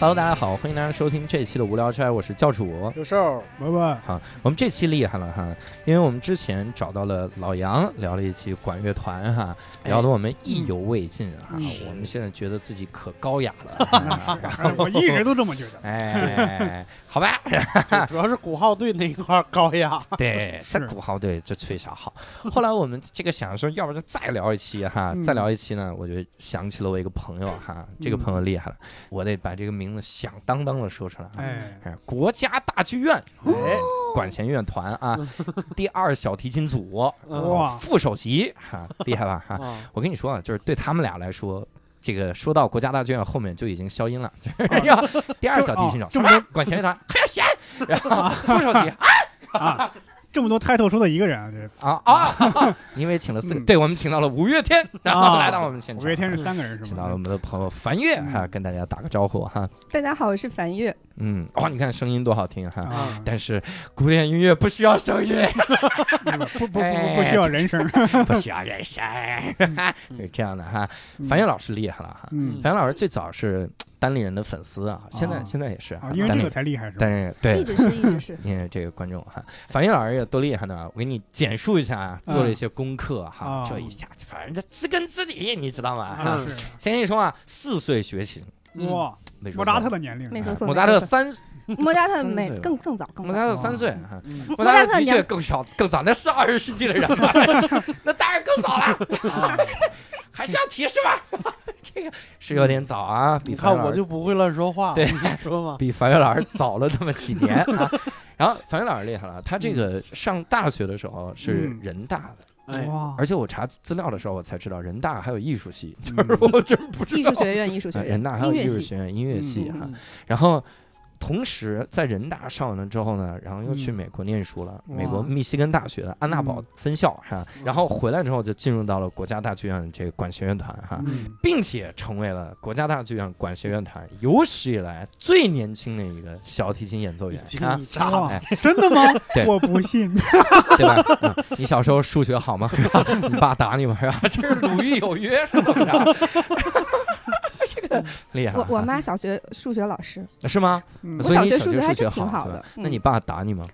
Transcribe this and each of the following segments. Hello，大家好，欢迎大家收听这一期的无聊斋，我是教主。有事儿，拜拜。好，我们这期厉害了哈，因为我们之前找到了老杨聊了一期管乐团哈，哎聊得我们意犹未尽哈，嗯我们现在觉得自己可高雅了哈。 哎我 一直都这么觉得。哎，好吧，哎就主要是鼓号队那一块儿高雅，对，这是鼓号对，这吹啥好？后来我们这个想说，要不然再聊一期哈，嗯再聊一期呢，我就想起了我一个朋友哈，这个朋嗯友厉害了，我得把这个名字响当当的说出来啊。哎，哦哎，国家大剧院哎，管弦乐团 啊，第二小提琴组嗯哇哦副首席哈、厉害吧哈、啊，我跟你说 啊，就是对他们俩来说。这个说到国家大剧院后面就已经消音了， 就是要第二小提琴手哦这么什么管弦乐团还要弦，然后副首席啊，这么多 title 说的一个人啊，这啊啊！ 因为请了四个，嗯对我们请到了五月天，然后啊来到我们现场。五月天是三个人是请到了我吗？们的朋友樊月嗯哈，跟大家打个招呼哈。大家好，我是樊月。嗯，哦，你看声音多好听哈。啊，但是古典音乐不需要声 乐，不不不哎不需要人声。不需要人声，是 这样的哈。樊月老师厉害了哈，嗯，樊月老师最早是单立人的粉丝啊，现在啊现在也是啊哈，，因为单这立个才厉害是吧但？是对。一，直是，一直是 因为这个观众哈，樊一老师也多厉害啊呢！我给你简述一下啊，做了一些功课哈，嗯啊这一下子反正这知根知底，你知道吗？啊哈嗯是先跟你说啊，四岁学 琴，嗯哇，没说莫扎特的年龄 没错，说啊错莫扎特没说错三，莫扎特三岁没吧更更早，更莫早。扎特三岁哈。嗯莫莫扎扎特特的两确更少更早，那是二十世纪的人 吗？ 那当然更早了，啊还是要提示吧？ 这个是有点早嗯啊，比你樊看一老我师就不会乱说话，对我跟你 说嘛，比樊月老师早了那么几年啊。 然后樊月老师厉害了，他这嗯个上大学的时候是嗯人大的，哎，哇，而且我查资料的时候，我才知道人大还有艺术系，就是哦我真不知艺术道。学院，艺术学人院大，哎还有音艺乐术系。学院、音乐系哈嗯嗯。然后同时在人大上完了之后呢，然后又去美国念书了，嗯美国密西根大学的安娜堡嗯分校哈。然后回来之后就进入到了国家大剧院这个管弦乐团哈。嗯并且成为了国家大剧院管弦乐团有史以来最年轻的一个小提琴演奏已员经啊，一炸了，哇，真的吗 对？我不信。对吧、嗯你小时候数学 好吗？是吧你爸打你吗？是吧？这是鲁豫有约是怎么着？ 这个厉害我了，我妈小学数学老师，是吗？嗯我所以你学小数学数还学真挺好好是吧的。嗯那你爸打你吗？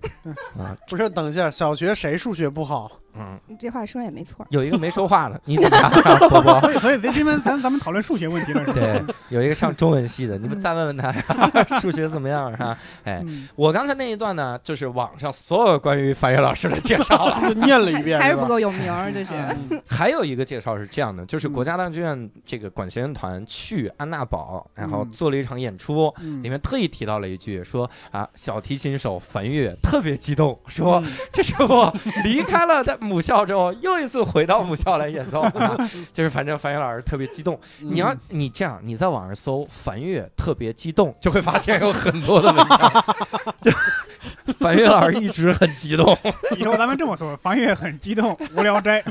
啊，不是，等一下，小学谁数学不好？嗯，你这话说也没错。有一个没说话的，你怎么了， 波波？所以所以今天咱咱们讨论数学问题了是吧？对，有一个上中文系的，你们再问问他呀 数学怎么样哈、哎，嗯，我刚才那一段呢，就是网上所有关于樊月老师的介 绍了。就念了一遍，还是吧不够有名儿，这是。哎嗯还有一个介绍是这样的，就是嗯国家大剧院这个管弦乐团去安娜堡，然后嗯做了一场演出，嗯里面特意提到了一句说啊，小提琴手樊月特别激动，说嗯这是我离开了他母校之后又一次回到母校来演奏，啊 就是反正樊月老师特别激动。嗯你要你这样，你在网上搜樊月特别激动，就会发现有很多的文章。 就樊月老师一直很激 动，以后咱们这么说，樊月很激动，无聊 斋。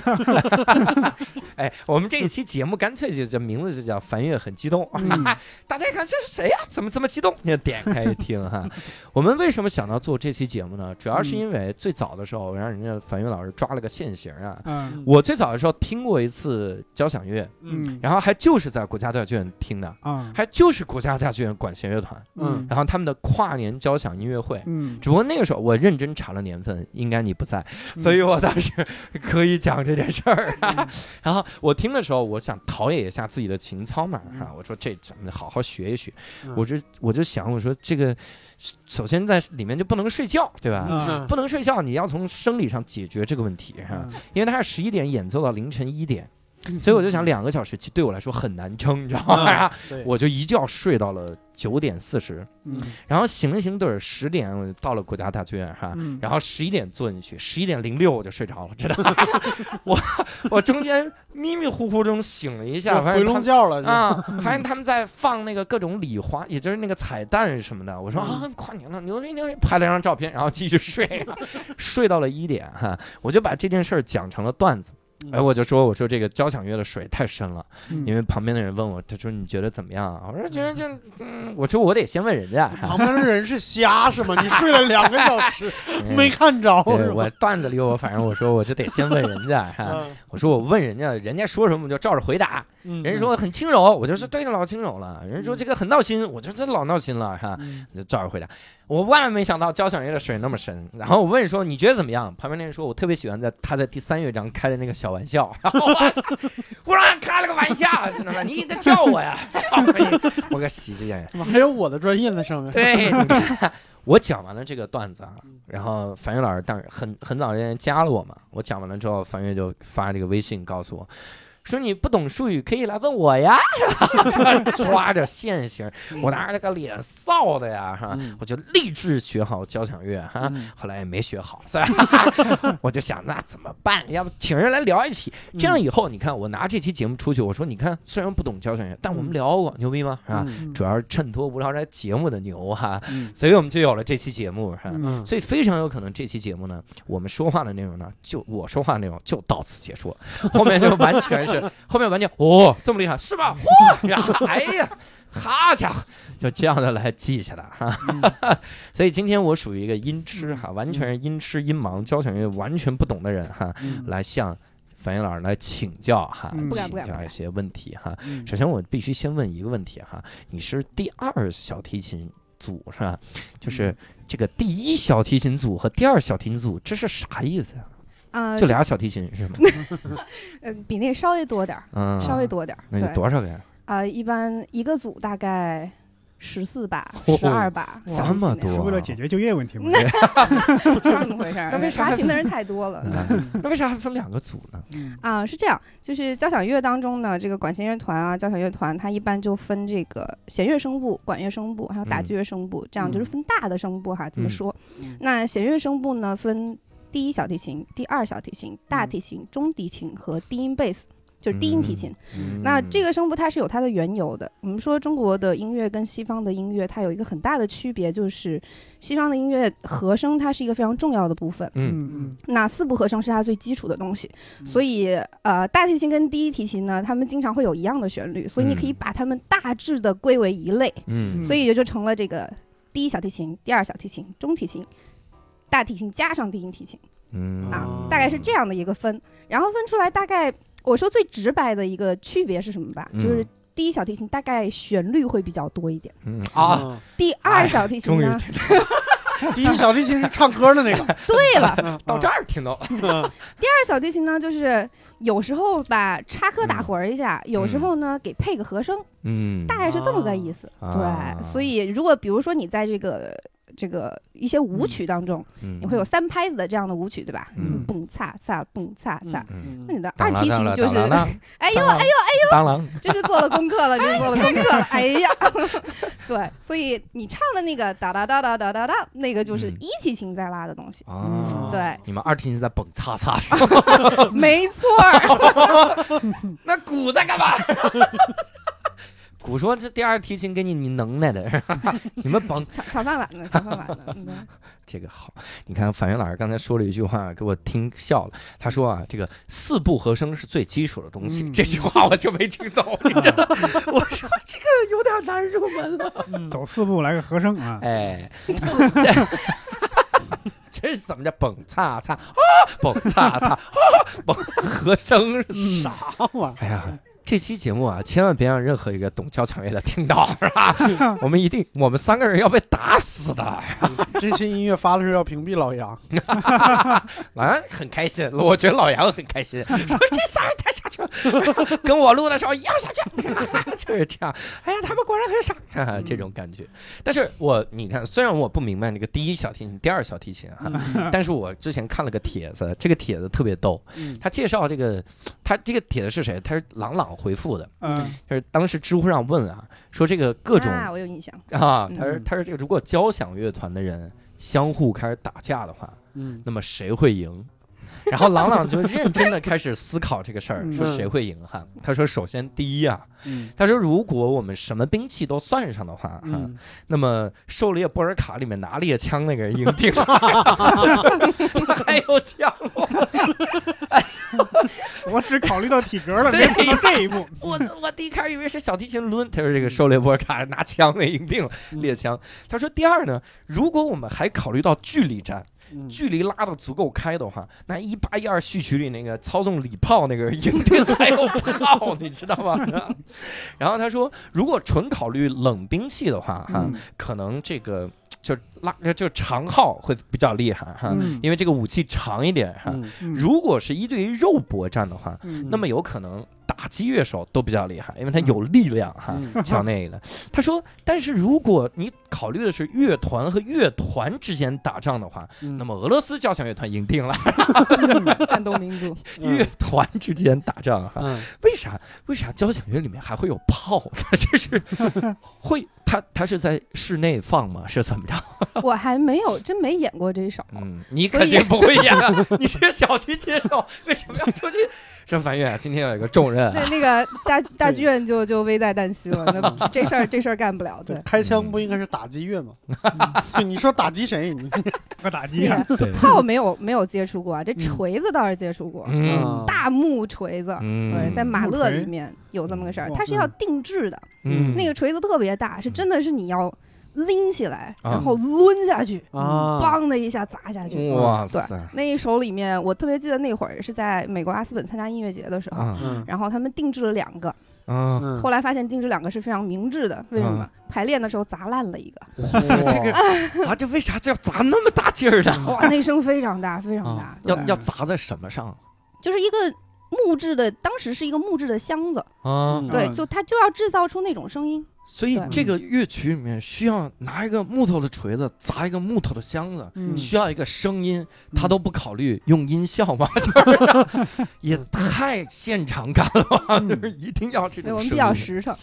哎，我们这一期节目干脆就这名字就叫“樊月很激动”，嗯 大家一看这是谁呀、怎么这么激动？你就点开一听哈。我们为什么想到做这期节目呢？主要是因为最早的时候，我让人家樊月老师抓了个现行啊。嗯我最早的时候听过一次交响乐，嗯然后还就是在国家大剧院听的，啊还就是国家大剧院管弦乐团，嗯然后他们的跨年交响音乐会。嗯只不过那个时候我认真查了年份，应该你不在，嗯所以我当时可以讲这件事儿、啊然后我听的时候，我想陶冶一下自己的情操嘛，哈、我说这咱们好好学一学。嗯我就我就想，我说这个首先在里面就不能睡觉，对吧？啊不能睡觉，你要从生理上解决这个问题哈、嗯因为它是十一点演奏到凌晨一点，所以我就想两个小时其实对我来说很难撑，你知道吗？对， 我就一觉睡到了九点四十，嗯然后醒了醒盹儿，十点我就到了国家大剧院哈，嗯然后十一点坐进去，十一点零六我就睡着了，真的，我我中间迷迷糊糊中醒了一下，就发回现他笼们觉了，是吧啊，发现他们在放那个各种礼花，也就是那个彩蛋什么的，我说啊嗯跨年了，牛逼牛逼，拍了张照片，然后继续睡了，睡到了一点哈，我就把这件事儿讲成了段子。嗯哎，我就说我说这个交响乐的水太深了，嗯因为旁边的人问我，他说你觉得怎么样啊？我说觉得就嗯，我说我得先问人家，旁边的人是瞎 是吗？你睡了两个小时嗯没看着对是我啊吗？ 段子里我反正我说我就得先问人家哈，嗯我说我问人家，人家说什么我就照着回答，嗯人家说很轻柔，我就说对老轻柔了，人家说这个很闹心，我就这老闹心了哈，嗯就照着回答。我万万没想到交响乐的水那么深，然后我问说你觉得怎么样？旁边那人说我特别喜欢在他在第三乐章开的那个小玩笑， 然后我操，我让他开了个玩笑，兄弟们，你得叫我呀， 我个喜剧演员。怎么还有我的专业在上面？对，你看 我讲完了这个段子啊，嗯然后樊月老师当然很很早之前加了我嘛，我讲完了之后，樊月就发这个微信告诉我。说你不懂术语可以来问我呀， 抓着现行，我拿着个脸臊的呀，哈嗯，我就立志学好交响乐哈，嗯后来也没学好，是吧？ 我就想那怎么办？要不请人来聊一起，这嗯样以后你看我拿这期节目出去，我说你看虽然不懂交响乐，但我们嗯聊过，牛逼吗？啊，嗯主要是衬托无聊斋节目的牛哈、嗯所以我们就有了这期节目哈、嗯所以非常有可能这期节目呢，我们说话的内容呢，就我说话的内容就到此结束了，后面就完全是后面完全哦这么厉害是吧？嚯呀，哎呀，好家伙，就这样的来记下来哈、 所以今天我属于一个音痴哈、完全是音痴音盲，交响乐完全不懂的人哈、嗯来向樊云老师来请教哈、嗯不敢不敢请不教一敢些问题哈、嗯首先，我必须先问一个问题哈，你是第二小提琴组是吧？嗯就是这个第一小提琴组和第二小提琴组，这是啥意思呀、啊，就俩小提琴是吗？呃，比那稍微多点儿，嗯， 稍微多点儿，那对有多少 个呀？啊，一般一个组大概十四 把、嚯十二把，这类似哦那么多样是为了解决就业问题嘛。 这么回事儿。那为啥查琴的人太多了？啊那为啥还分两个组呢？嗯啊，是这样，就是交响乐当中呢，这个管弦乐团啊，交响乐团它一般就分这个弦乐声部、管乐声部，还有打击乐声部，这样就是分大的声部哈。这么嗯说，嗯那弦乐声部呢分第一小提琴、第二小提琴、大嗯提琴、中提琴和低音贝斯，就是低音提琴。嗯那这个声部它是有它的缘由的。我们说中国的音乐跟西方的音乐，它有一个很大的区别，就是西方的音乐和声它是一个非常重要的部分，嗯嗯那四部和声是它最基础的东西。嗯所以呃，大提琴跟低提琴呢，它们经常会有一样的旋律，所以你可以嗯把它们大致的归为一类，嗯所以也就成了这个第一小提琴、第二小提琴、中提琴。大提琴加上低音提琴嗯啊，哦大概是这样的一个分，然后分出来大概，我说最直白的一个区别是什么吧，嗯就是第一小提琴大概旋律会比较多一点，嗯哦啊，，第哎二小提琴终于呢，嗯第一小提琴是唱歌的那个，对了，嗯 到这儿听到了，第二小提琴呢，就是有时候吧插科打诨儿一下，有时候呢给配个和声，嗯大概是这么个意思。啊对，所以如果比如说你在这个这个一些舞曲当中，嗯你会有三拍子的这样的舞曲，对吧？嗯蹦擦擦蹦擦擦。嗯那你的二当啷提当琴啷就是，当啷 哎呦，当啷当啷，这是做了功课了，这是做了功课了，哎呀， 对，所以你唱的那个哒哒哒哒哒哒哒，那个就是嗯一提琴在拉的东西，啊，嗯对，你们二提琴在蹦擦擦，没错儿， 那鼓在干嘛？ 鼓说这第二提琴给你你能耐的， 你们甭抢抢饭碗呢，抢饭碗 呢，嗯对这个好。你看樊云老师刚才说了一句话，给我听笑了。他说啊，这个四部和声是最基础的东西，嗯这句话我就没听懂。你知道吗 我说这个有点难入门了。嗯走四步来个和声啊，哎， 这是怎么着？蹦擦擦啊，蹦擦擦啊，蹦和声嗯是啥？啥玩意哎呀，这期节目啊，千万别让任何一个懂交响乐的听到， 是吧？我们一定，我们三个人要被打死的。儿？这期音乐发的时候要屏蔽老杨，老杨哎很开心，我觉得老杨很开心，说这仨人太傻缺了， 跟我录的时候一样傻缺， 就是这样。哎呀，他们果然很傻， 哈哈，这种感觉。但是我你看，虽然我不明白那个第一小提琴、第二小提琴嗯哈，但是我之前看了个帖子，这个帖子特别逗，嗯他介绍这个，他这个帖子是谁？他是朗朗回复的，嗯就是当时知乎上问啊，说这个各种啊，我有印象， 啊，嗯他是他是这个，如果交响乐团的人相互开始打架的话，嗯那么谁会赢？ 然后郎朗就认真的开始思考这个事儿，嗯说谁会赢哈？他说，首先第一啊，嗯他说如果我们什么兵器都算上的话，哈、嗯，那么狩猎波尔卡里面拿猎枪那个人赢定了， 他还有枪，我只考虑到体格了，对没想到这一步。 嗯我 我第一开始以为是小提琴抡，他说这个狩猎波尔卡拿枪那赢定了嗯猎枪。他说第二呢，如果我们还考虑到距离战，嗯距离拉的足够开的话，那一八一二序曲里那个操纵礼炮那个人赢定还有炮， 你知道吗？然后他说，如果纯考虑冷兵器的话，哈，嗯可能这个就拉就长号会比较厉害哈，嗯因为这个武器长一点哈。嗯嗯如果是一对一肉搏战的话，嗯那么有可能打击乐手都比较厉害，因为他有力量哈。嗯像那个，他说，但是如果你考虑的是乐团和乐团之间打仗的话，嗯那么俄罗斯交响乐团赢定了战斗民 族，乐团之间打仗哈。嗯为啥？为啥交响乐里面还会有炮？他 这是会他他是在室内放吗？是怎么着？我还没有真没演过这首。嗯， 你所肯以定不会 演啊，你是个小提琴手，为什么要出去？ 这樊月啊今天有一个重任那啊，那个大大剧院就就危在旦夕 了，那这事儿这事儿干不了。对对，，开枪不应该是打击乐吗？就你说打击谁？你个打击那啊，个对炮没有没有接触过啊，这嗯锤子倒是接触过，嗯嗯大木锤子，嗯啊对，在马木勒锤里面有这么个事儿，哇它是要嗯定制的，嗯那个锤子特别大，是真的是你要拎起来，啊嗯然后抡下去，嗯啊，梆的一下砸下去。哇对塞，那一首里面，我特别记得那会儿是在美国阿斯本参加音乐节的时候，啊嗯然后他们定制了两个，啊，嗯，后来发现定制两个是非常明智的，为什么？嗯排练的时候砸烂了一个，这个啊，这为啥这要砸那么大劲儿的？哇，那声非常大，非常大嗯啊，嗯对要要砸在什么上啊就是一个木质的，当时是一个木质的箱子，啊？嗯对，就它就要制造出那种声音，所以对这个乐曲里面需要拿一个木头的锤子砸一个木头的箱子，嗯需要一个声音，嗯他都不考虑用音效 吗？就是 也太现场感了吧，就是 一定要这嗯对种我们声比较音实诚，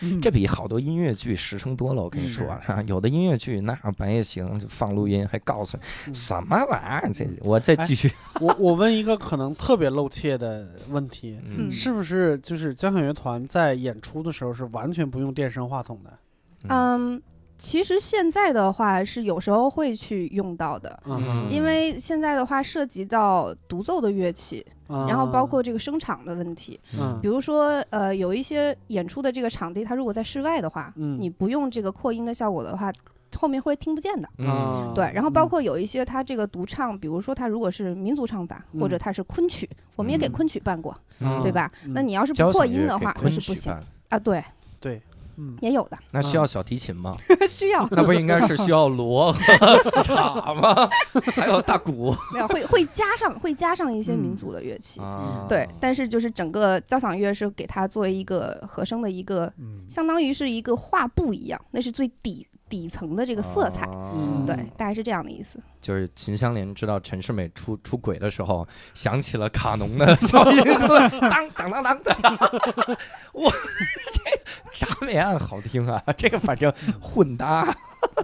嗯这比好多音乐剧实诚多了，我跟嗯你说啊，有的音乐剧那半夜行就放录音，还告诉你嗯哎什么玩意儿，这我再继 续，我我问一个可能特别露怯的问题，嗯是不是就是交响乐团在演出的时候是完全不用电声话筒的？嗯嗯。其实现在的话是有时候会去用到的，嗯因为现在的话涉及到独奏的乐器，啊然后包括这个声场的问题。嗯比如说，呃，有一些演出的这个场地，它如果在室外的话，嗯你不用这个扩音的效果的话，后面会听不见的。嗯啊对，然后包括有一些它这个独唱，比如说它如果是民族唱法，或者它是昆曲，我们也给嗯昆曲办过，嗯对吧？嗯那你要是不交扩响音乐的给话，那昆是不曲行办，啊。对，对，嗯也有 的，那需要小提琴 吗？需要那不应该是需要锣和 镲吗？还有大鼓没有会会加上会加上一些民嗯族的乐器。哦啊？对，但是就是整个交响乐是给它作为一个和声的一个， 嗯相当于是一个画布一样，那是最底底层的这个这色彩，嗯对，大概是这样的意 思。就是秦香莲知道陈世美出出轨的时候，想起了卡农的 小音色，当当当当当， 我这啥美案好听啊？这个反正混搭。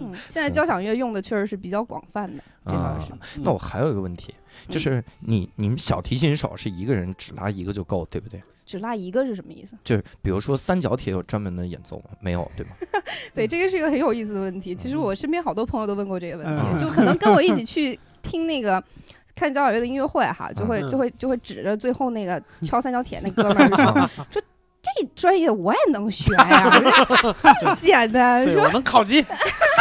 嗯，现在交响乐用的确实是比较广泛的，这倒啊嗯是。那我还有一个问题，就是你你们小提琴手是一个人只拉一个就够，对不对？只拉一个是什么意思？就是比如说三角铁有专门的演奏吗？没有，对吗？嗯对，这个是一个很有意思的问题。其实我身边好多朋友都问过这个问题，嗯就可能跟我一起去听那个。看交响乐的音乐会哈，就会嗯就会就会指着最后那个敲三角铁那哥们儿就 说啊这专业我也能学呀，这么简单， 对说我能考级，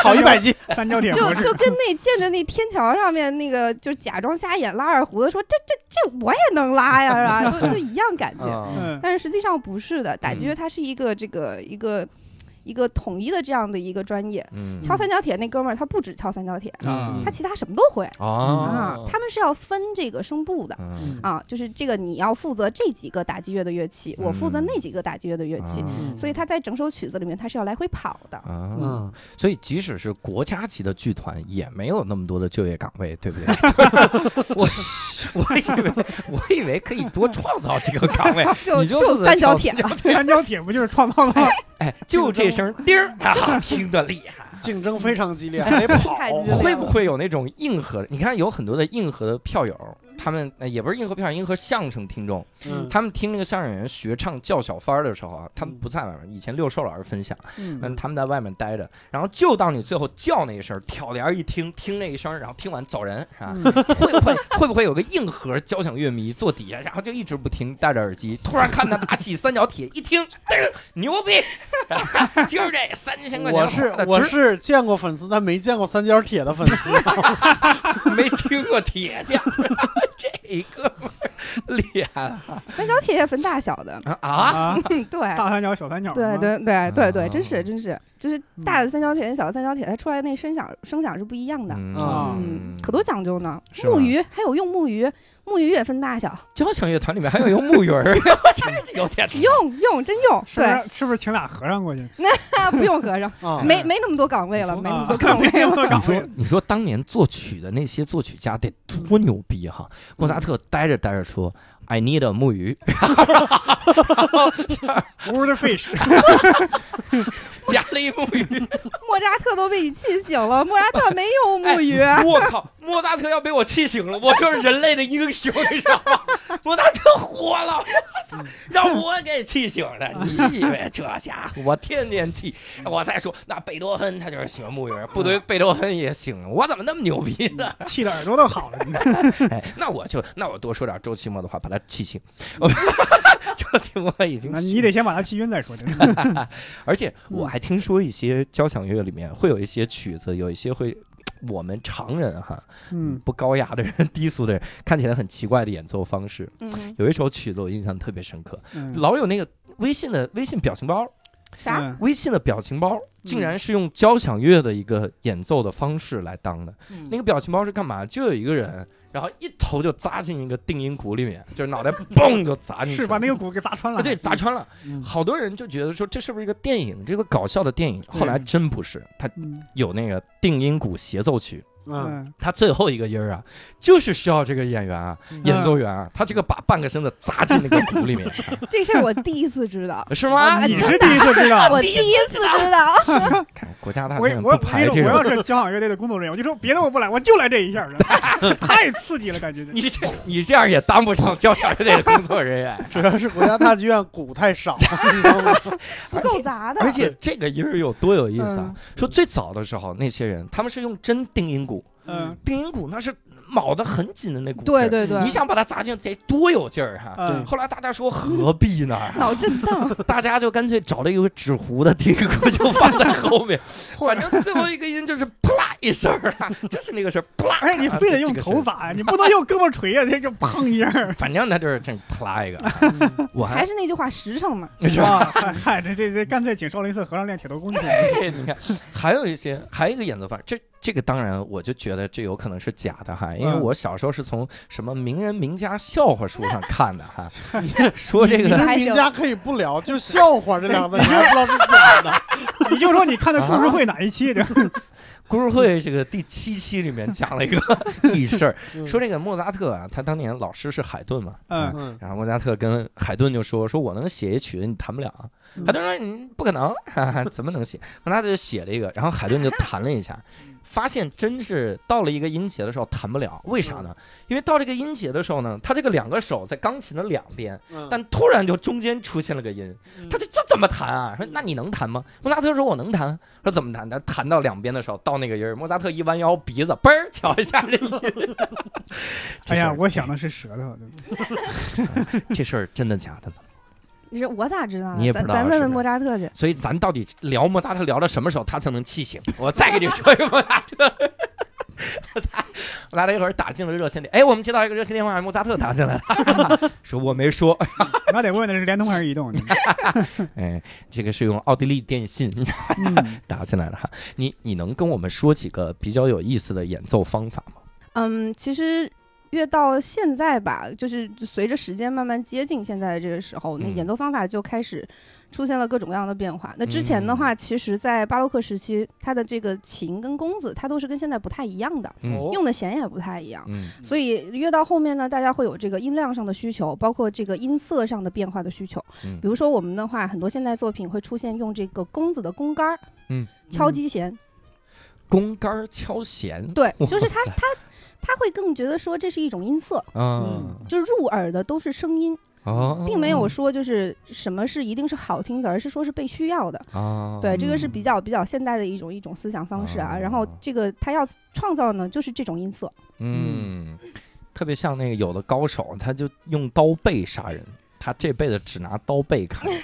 考一百级，三角点就合适就跟那见着那天桥上面那个，就假装瞎眼拉二胡的说这这这我也能拉呀，是吧？就就一样感觉，嗯但是实际上不是的，打击乐嗯它是一个这个一个一个统一的这样的一个专业。嗯敲三角铁那哥们儿他不止敲三角铁，嗯他其他什么都会啊哦，。他们是要分这个声部的。嗯啊，就是这个你要负责这几个打击乐的乐器，我负责嗯那几个打击乐的乐器，啊所以他在整首曲子里面他是要来回跑的。啊，嗯，所以即使是国家级的剧团，也没有那么多的就业岗位，对不 对？我我以为我以为可以多创造几个岗位， 就你就负责三角敲铁啊了，三角铁不就是创造 的吗？哎，就这声叮儿啊，听得厉害。竞争 非常激烈，还得跑，太激烈了会不会有那种硬核？你看有很多的硬核的票友，他们呃也不是硬核片儿，硬核相声听众，嗯他们听那个相声演员学唱叫小番儿的时候啊，他们嗯不在外面，以前六兽老师分享，嗯，嗯他们在外面待着，然后就到你最后叫那一声儿，挑帘儿一听，听那一声儿，然后听完走人，是吧？会不会会不会有个硬核交响乐迷坐底下，然后就一直不停戴着耳机，突然看他大气三角铁，一听，嘚儿牛逼， 今儿这三千块钱，我是的我值是见过粉丝，但没见过三角铁的 粉丝。啊没听过铁匠， 这哥们儿厉害了三角铁也分大小的，啊啊！啊，嗯，对，大三角小三角，对，对对对对，真啊是真是，就是大的三角铁跟小的三角铁，它出来的那声响声响是不一样的。啊嗯，可多讲究呢。是木吧鱼还有用木鱼，木鱼也分大小，交响乐团里面还有一个木鱼 儿，我真是有点用用真用，是不啊对，是是不是请俩和尚过去？不用合上，啊，没没那么多岗位了，你没说那么多啊 岗位了。各岗你位说，你说当年作曲的那些作曲家得多牛逼哈！莫扎特待着待着说，I need a 木鱼， World Fish， 加了一木鱼，莫扎特都被你气醒了，莫扎特没用木鱼， 我靠！莫扎特要被我气醒了，我就是人类的英雄，你知道吗？莫扎特火了，我嗯操让我给气醒 了。你以为这家伙我天天气？我再说，那贝多芬他就是喜欢木鱼，不嗯对，贝多芬也醒了，我怎么那么牛逼呢？剃的耳朵都好了，你哎，那我就那我多说点周奇墨的话，把他气醒。 周奇墨已经嗯那醒你得嗯先把他气晕再说。真 的，而且我还听说一些交响乐里面会有一些曲子，有一些会我们常人哈，嗯，不高雅的人、低俗的人看起来很奇怪的演奏方式。嗯，有一首曲子我印象特别深刻，嗯老有那个微信的微信表情包，啥？嗯微信的表情包竟然是用交响乐的一个演奏的方式来当的。嗯那个表情包是干嘛？就有一个人，然后一头就砸进一个定音鼓里面，就是脑袋嘣就砸进去了，是把那个鼓给砸穿啊了？对砸穿了。嗯好多人就觉得说这是不是一个电影，这个搞笑的电影？后来真不是，它嗯有那个定音鼓协奏曲，嗯嗯，它最后一个音儿啊，就是需要这个演员啊、嗯演奏员啊，他这个把半个身子砸进那个鼓里面，，这事儿我第一次知道 啊啊是吗？你是第一次知道。 我第一次知道。看国家大我剧院不我我排我这要种。是交响乐队的工作人员，我就说别的我不来，我就来这一下儿， 太刺激了，感觉 就。你这你这样也当不上交响乐队的工作人 员，主要是国家大剧院鼓太少，你知道 吗？不够砸的，而且这个音儿有多有意思啊嗯！说最早的时候，那些人他们是用真定音鼓，嗯定音鼓那是铆得很紧的那鼓，对对对，你想把它砸进去得多有劲儿哈！嗯，后来大家说何必呢？脑震荡， 大家就干脆找了一个纸糊的钉鼓，就放在后面，反正最后一个音就是啪啦一声儿啊，就是那个声儿啪啦。哎，你非得用头砸呀，你不能用胳膊捶呀，这个砰一下 儿反正他就是这啪啦一个。啊 嗯我还还是那句话实诚嘛。是吧？啊！嗨嗨，这这这，干脆请少林寺和尚练铁头功去。这 你看，还有一些，还有一个演奏法，这这个当然，我就觉得这有可能是假的哈，因为嗯我小时候是从什么名人名家笑话书上看的哈，说这你个还行名家可以不聊，就笑话这两个字，你还不知道是假的。你就说你看的故事会哪一期啊的？故事会这个第七期里面讲了一个 轶事儿，说这个莫扎特啊，他当年老师是海顿嘛，嗯嗯然后莫扎特跟海顿就说：“说我能写一曲子，你弹不了啊。”海顿说：“你不可能，哈哈，怎么能写？”莫扎特就写了一个，然后海顿就弹了一下，发现真是到了一个音节的时候弹不了，为啥呢？因为到这个音节的时候呢，他这个两个手在钢琴的两边，嗯，但突然就中间出现了个音，他这这怎么弹啊？说那你能弹吗？莫扎特说：“我能弹。”说怎么弹？他弹到两边的时候，到那个音儿，莫扎特一弯腰，鼻子嘣儿瞧一下这音。 这哎呀，事儿我想的是舌头。这事儿真的假的？你说我咋知道啊？你也不咱知道咱问是不问是莫扎特去。所以咱到底聊莫扎特聊到什么时候他才能气醒？ 我再给你说一个莫扎特。 莫扎特一会儿打进了热线里，哎，我们接到一个热线电话，莫扎特打进来了， 说我没说，那得问的是联通还是移动？ 哎，这个是用奥地利电信 嗯，打进来的哈。你你能跟我们说几个比较有意思的演奏方法吗？嗯，其实越到现在吧，就是随着时间慢慢接近现在的这个时候，那嗯演奏方法就开始出现了各种各样的变化。那之前的嗯话，其实，在巴洛克时期，它的这个琴跟弓子，它都是跟现在不太一样的，哦嗯用的弦也不太一样。嗯所以越到后面呢，大家会有这个音量上的需求，包括这个音色上的变化的需求。嗯比如说我们的话，很多现代作品会出现用这个弓子的弓杆儿，嗯，敲击弦，弓杆儿敲弦，对，哇就是它塞它他会更觉得说这是一种音色，嗯就是入耳的都是声音，哦，并没有说就是什么是一定是好听的，而是说是被需要的。啊，对，这个是嗯比较比较现代的一种一种思想方式啊。然后哦这个他要创造呢，就是这种音色。嗯，特别像那个有的高手，他就用刀背杀人。他这辈子只拿刀背砍人，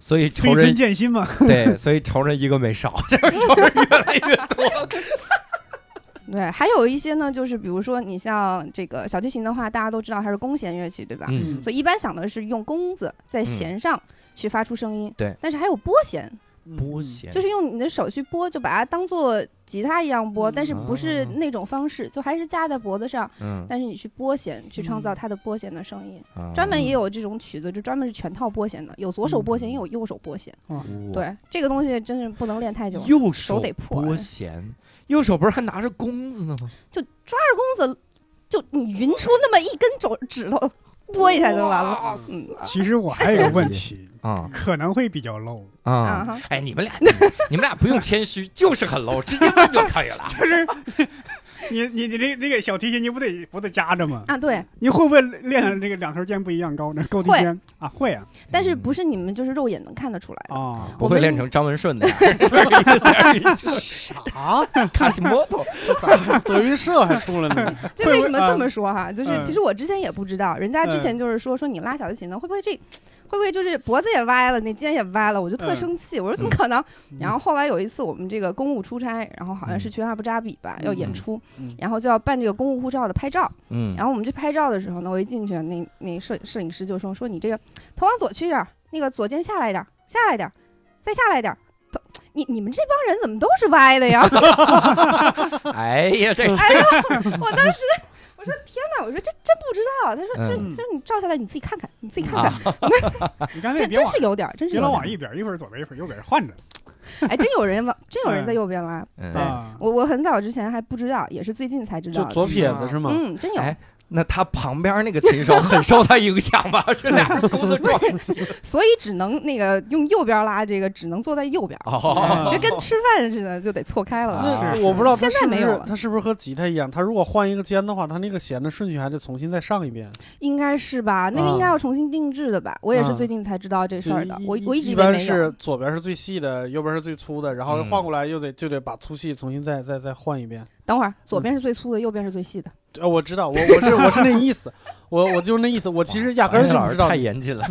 所以仇飞人针见心嘛，对，所以仇人一个没少，这个仇人越来越多。对，还有一些呢，就是比如说你像这个小提琴的话，大家都知道它是弓弦乐器，对吧？嗯，所以一般想的是用弓子在嗯弦上去发出声音。对但是还有拨弦，嗯拨弦就是用你的手去拨，就把它当做吉他一样拨，嗯但是不是哦那种方式，就还是架在脖子上，嗯，但是你去拨弦，去创嗯造它的拨弦的声音。啊专门也有这种曲子，就专门是全套拨弦的，有左手拨弦，嗯也有右手拨弦。哇对，这个东西真是不能练太久，弓右手得破拨弦，右手不是还拿着弓子呢吗？子就你匀出那么一根手指头拨一下就完了。嗯其实我还有个问题，啊可能会比较 low，啊啊！哈，哎，你们俩， 你你们俩不用谦虚，就是很 low，直接问就可以了。就是你你你这那个小提琴你不得不得夹着吗？啊嗯对，你会不会练的这个两头尖不一样高呢？够地尖啊，会啊但是不是你们就是肉眼能看得出来的。啊， 不我会们练成张文顺的呀，就是啥？卡西莫多。这咋德云社还出来 呢？这会为不什会么这啊么说哈？就是嗯其实我之前也不知道，人家之前就是说说你拉小提琴的，会不会这，会不会就是脖子也歪了，那肩也歪了？我就特嗯生气，我说怎么嗯可能？然后后来有一次我们这个公务出差，然后好像是去阿布扎比吧，要演嗯出嗯，然后就要办这个公务护照的拍照。嗯然后我们去拍照的时候呢，我一进去，那那摄摄影师就说说你这个头往左去一点儿，那个左肩下来一点儿，下来一点儿，再下来一点儿。头你你们这帮人怎么都是歪的呀？ 哎呀，这哎呦，我当时我说天哪，我说这真不知道。啊他说他说嗯就是你照下来你自己看看，你自己啊看看， 你干脆这别真往是有点儿，真是有别老点往一边，一会儿左边一会儿右边换着儿。哎，真有人往真有人在嗯右边拉。嗯，啊。我我很早之前还不知道，也是最近才知道就的。左撇子是吗？嗯，真有，哎那他旁边那个琴手很受他影响吧？这俩人弓子撞死。所以只能那个用右边拉，这个只能坐在右边，哦，就跟吃饭似的，就得错开了。啊那我不知道现他在是不没有是了他是不是和吉他一样？他如果换一个尖的话，他那个弦的顺序还得重新再上一遍。应该是吧？那个应该要重新定制的吧？我也是嗯最近才知道这事儿的就，一我一我直一以为般没是有。左边是最细的，右边是最粗的，然后嗯换过来又得就得把粗细重新再再再换一遍。等会儿，嗯左边是最粗的，右边是最细的。呃，我知道，我我是我是那意思，我我就是那意思，我其实压根儿就哎老不师知道嗯太。严谨了。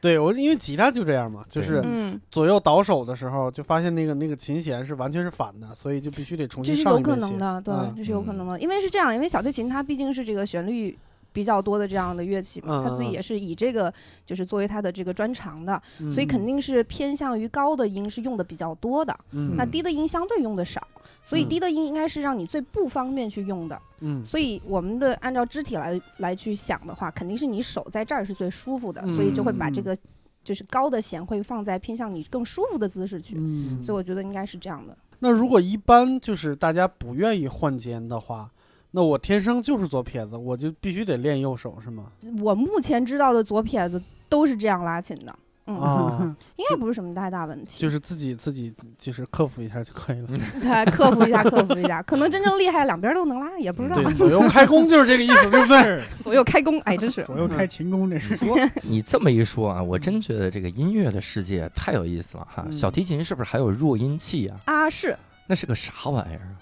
对我因为吉他就这样嘛，就是对嗯，左右倒手的时候就发现那个那个琴弦是完全是反的，所以就必须得重这新是上有一可遍能弦。的，对嗯，这是有可能的。因为是这样，因为小提琴它毕竟是这个旋律比较多的这样的乐器嘛，嗯它自己也是以这个就是作为它的这个专长的，嗯所以肯定是偏向于高的音是用的比较多的，嗯那低的音相对用的少。所以低的音应该是让你最不方便去用的，嗯所以我们的按照肢体来来去想的话，肯定是你手在这儿是最舒服的，所以就会把这嗯个就是高的弦会放在偏向你更舒服的姿势去，嗯所以我觉得应该是这样的。那如果一般就是大家不愿意换肩的话，那我天生就是左撇子，我就必须得练右手是吗？我目前知道的左撇子都是这样拉琴的，嗯，啊，应该不是什么太大问题，就是自己自己就是克服一下就可以嗯了。对克服一下，克服一下。可能真正厉害，两边都能拉，也不知道对，左右开弓就是这个意思，对不嗯对？ 是左右开弓，哎，真是。左右开琴弓，这是你这么一说啊，我真觉得这个音乐的世界太有意思了哈。嗯小提琴是不是还有弱音器啊？啊，是，那是个啥玩意儿啊？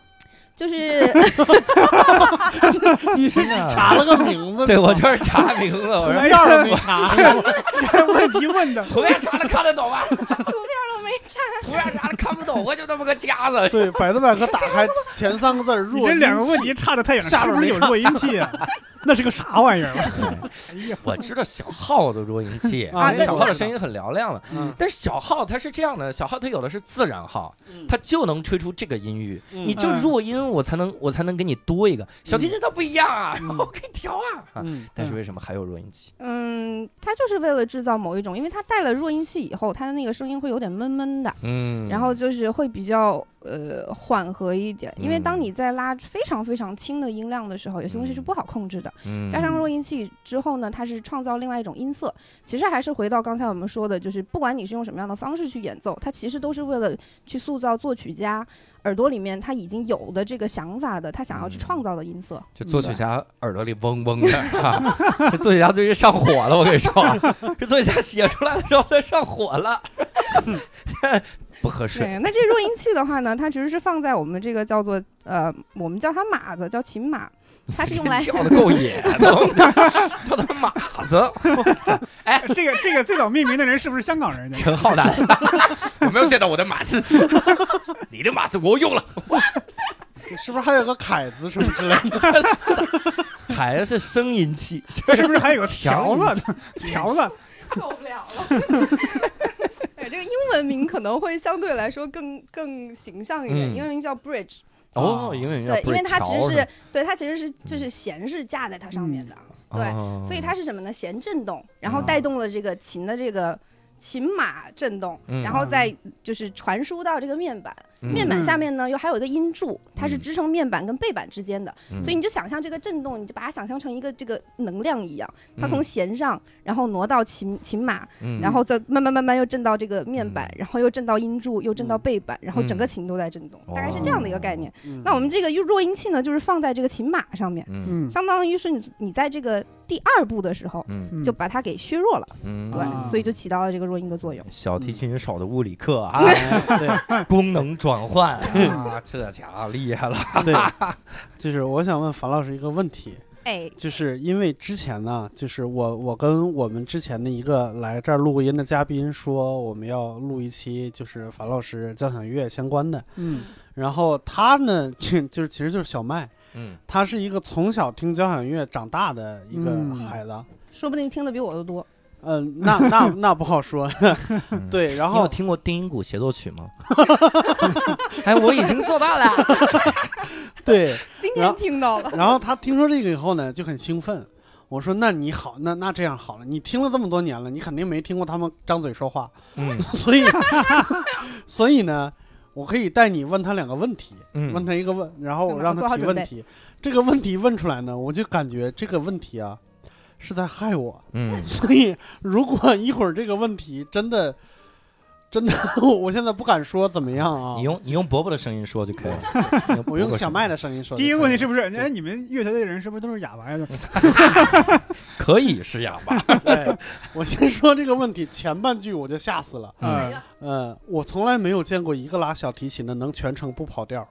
就是你是查了个名 字，对，我就是查名字，我说图片都没查。这问题问的，图片查的看得懂 吗？图片都没查，图片查的看不懂，我就那么个夹子。对，百度百科打开前三个字儿你弱这音两个问器题差的太远了，下边是不是有弱音器啊？ 那是个啥玩意儿啊？ 哎呀， 我知道小号的弱音器，啊因为那小我号的知声道音很嘹亮了。嗯但是小号它是这样的，小号它有的是自然号，嗯它就能吹出这个音域。嗯你就弱音，我才能我才能给你多一个。小提琴它不一样啊，嗯我可以调啊。啊嗯但是为什么还有弱音器？嗯，它就是为了制造某一种，因为它带了弱音器以后，它的那个声音会有点闷闷的，嗯，然后就是会比较呃缓和一点，因为当你在拉非常非常轻的音量的时候，有些东西是不好控制的。嗯嗯加上，录音器之后呢，它是创造另外一种音色。其实还是回到刚才我们说的，就是不管你是用什么样的方式去演奏，它其实都是为了去塑造作曲家耳朵里面他已经有的这个想法的，他想要嗯去创造的音色。就作曲家耳朵里嗡嗡 的，啊、这作曲家最近上火了，我跟你说，这作曲家写出来的时候他上火 了，不合适，对，那这录音器的话呢，它其实是放在我们这个叫做呃，我们叫它码子，叫琴码，它是用来 叫的够野的， 叫他马子， 这个这个最早命名的人是不是香 港人呢？陈浩南， 我没有见到我的马子， 你的马子我用了。 是不是还有个凯子什么之类的？还是声音器，是不是还有个条子？ 条子，受不了了。 对，这个英文名可能会相对来说更更形象一点，嗯英文名叫 bridge，哦，因为对，因为它其实是对它其实是嗯就是弦是架在它上面的，对，对所以它是什么呢？弦振动，然嗯后带动了这个琴的这个琴码振动，嗯然后再就是传输到这个面板，面板，板下面呢又还有一个音柱，它是嗯支撑面板跟背板之间的，嗯所以你就想象这个震动，你就把它想象成一个这个能量一样，它嗯从弦上，然后挪到琴琴码，嗯然后再慢慢慢慢又震到这个面板嗯，然后又震到音柱，又震到嗯背板，然后整个嗯琴都在震动，大概是这样的一个概念。嗯那我们这个弱音器呢，就是放在这个琴码上面，嗯嗯，相当于是你你在这个第二步的时候嗯就把它给削弱了，嗯，啊对，所以就起到了这个弱音的作用。小提提琴手的物理课啊，哎对功能转换啊，这家伙厉害了，对，就是我想问樊老师一个问题，哎，就是因为之前呢，就是我我跟我们之前的一个来这儿录音的嘉宾说，我们要录一期就是樊老师交响乐相关的，嗯，然后他呢， 这就是其实就是小麦，嗯，他是一个从小听交响乐长大的一个嗯孩子。说不定听的比我都多。嗯，那那那不 好说，对。然嗯你有后听过定音鼓协奏曲吗？哎，我已经做到了，对，今天然啊后听到了，然后他听说这个以后呢，就很兴奋。我说：“那你好，那那这样好了，你听了这么多年了，你肯定没听过他们张嘴说话，嗯 所以所以呢，我可以带你问他两个问题，嗯问他一个问，然后干嘛让做他好提准问题。这个问题问出来呢，我就感觉这个问题啊是在害我。 嗯所以如果一会儿这个问题真的真的， 我我现在不敢说怎么样啊，你用你用伯伯的声音说就可以了。你我用小麦的的声音说就可第以一了。个问题是不是？哎，你们乐队的人是不是都是哑巴呀？可以是哑巴，对，我先说这个问题，前半句我就吓死了。嗯啊，嗯，我从来没有见过一个拉小提琴的能全程不跑调，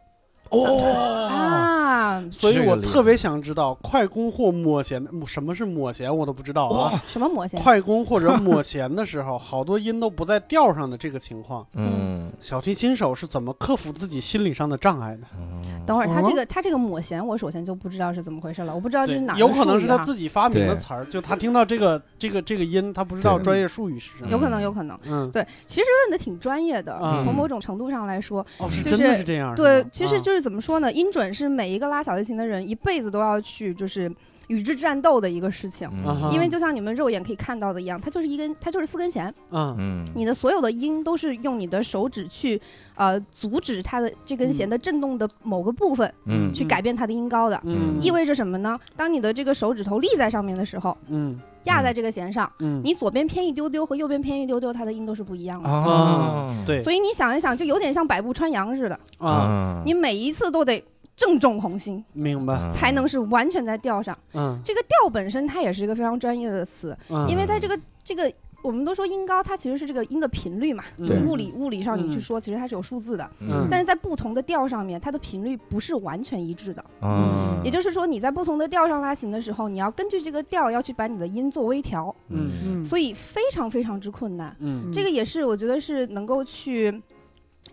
哦，啊，所以这个我厉害特别想知道快攻或抹弦的，什么是抹弦我都不知道啊。什么魔仙？快攻或者抹弦的时候，好多音都不在调上的这个情况，嗯，小提琴手是怎么克服自己心理上的障碍的？嗯等会儿，他这个他这个抹弦，我首先就不知道是怎么回事了，我不知道这哦对是哪儿，的有可能术是语他啊自己发明的对词儿，就他听到这个这个这个音，他不知道对专业术语是什有么。可能，有可能。嗯，对，其实问的挺专业的，嗯从某种程度上来说，哦，是就真的是是这样。对是吗，其实啊就是怎么说呢？音准是每一个拉小提琴的人一辈子都要去就是与之战斗的一个事情，啊因为就像你们肉眼可以看到的一样，它就是一根，它就是四根弦，嗯嗯你的所有的音都是用你的手指去呃阻止它的这根嗯弦的震动的某个部分，嗯去改变它的音高的。嗯，意味着什么呢？当你的这个手指头立在上面的时候，嗯压在这个弦上，嗯，你左边偏一丢丢和右边偏一丢丢，它的音都是不一样的。啊，对所以你想一想，就有点像百步穿杨似的，嗯啊，你每一次都得正中红心，明白。才能是完全在调上。嗯这个调本身它也是一个非常专业的词，嗯，因为在这个这个。我们都说音高，它其实是这个音的频率嘛，嗯对物理物理上你去嗯说，其实它是有数字的，嗯但是在不同的调上面，它的频率不是完全一致的。嗯也就是说，你在不同的调上拉琴的时候，你要根据这个调要去把你的音做微调，嗯所以非常非常之困难。嗯这个也是我觉得是能够去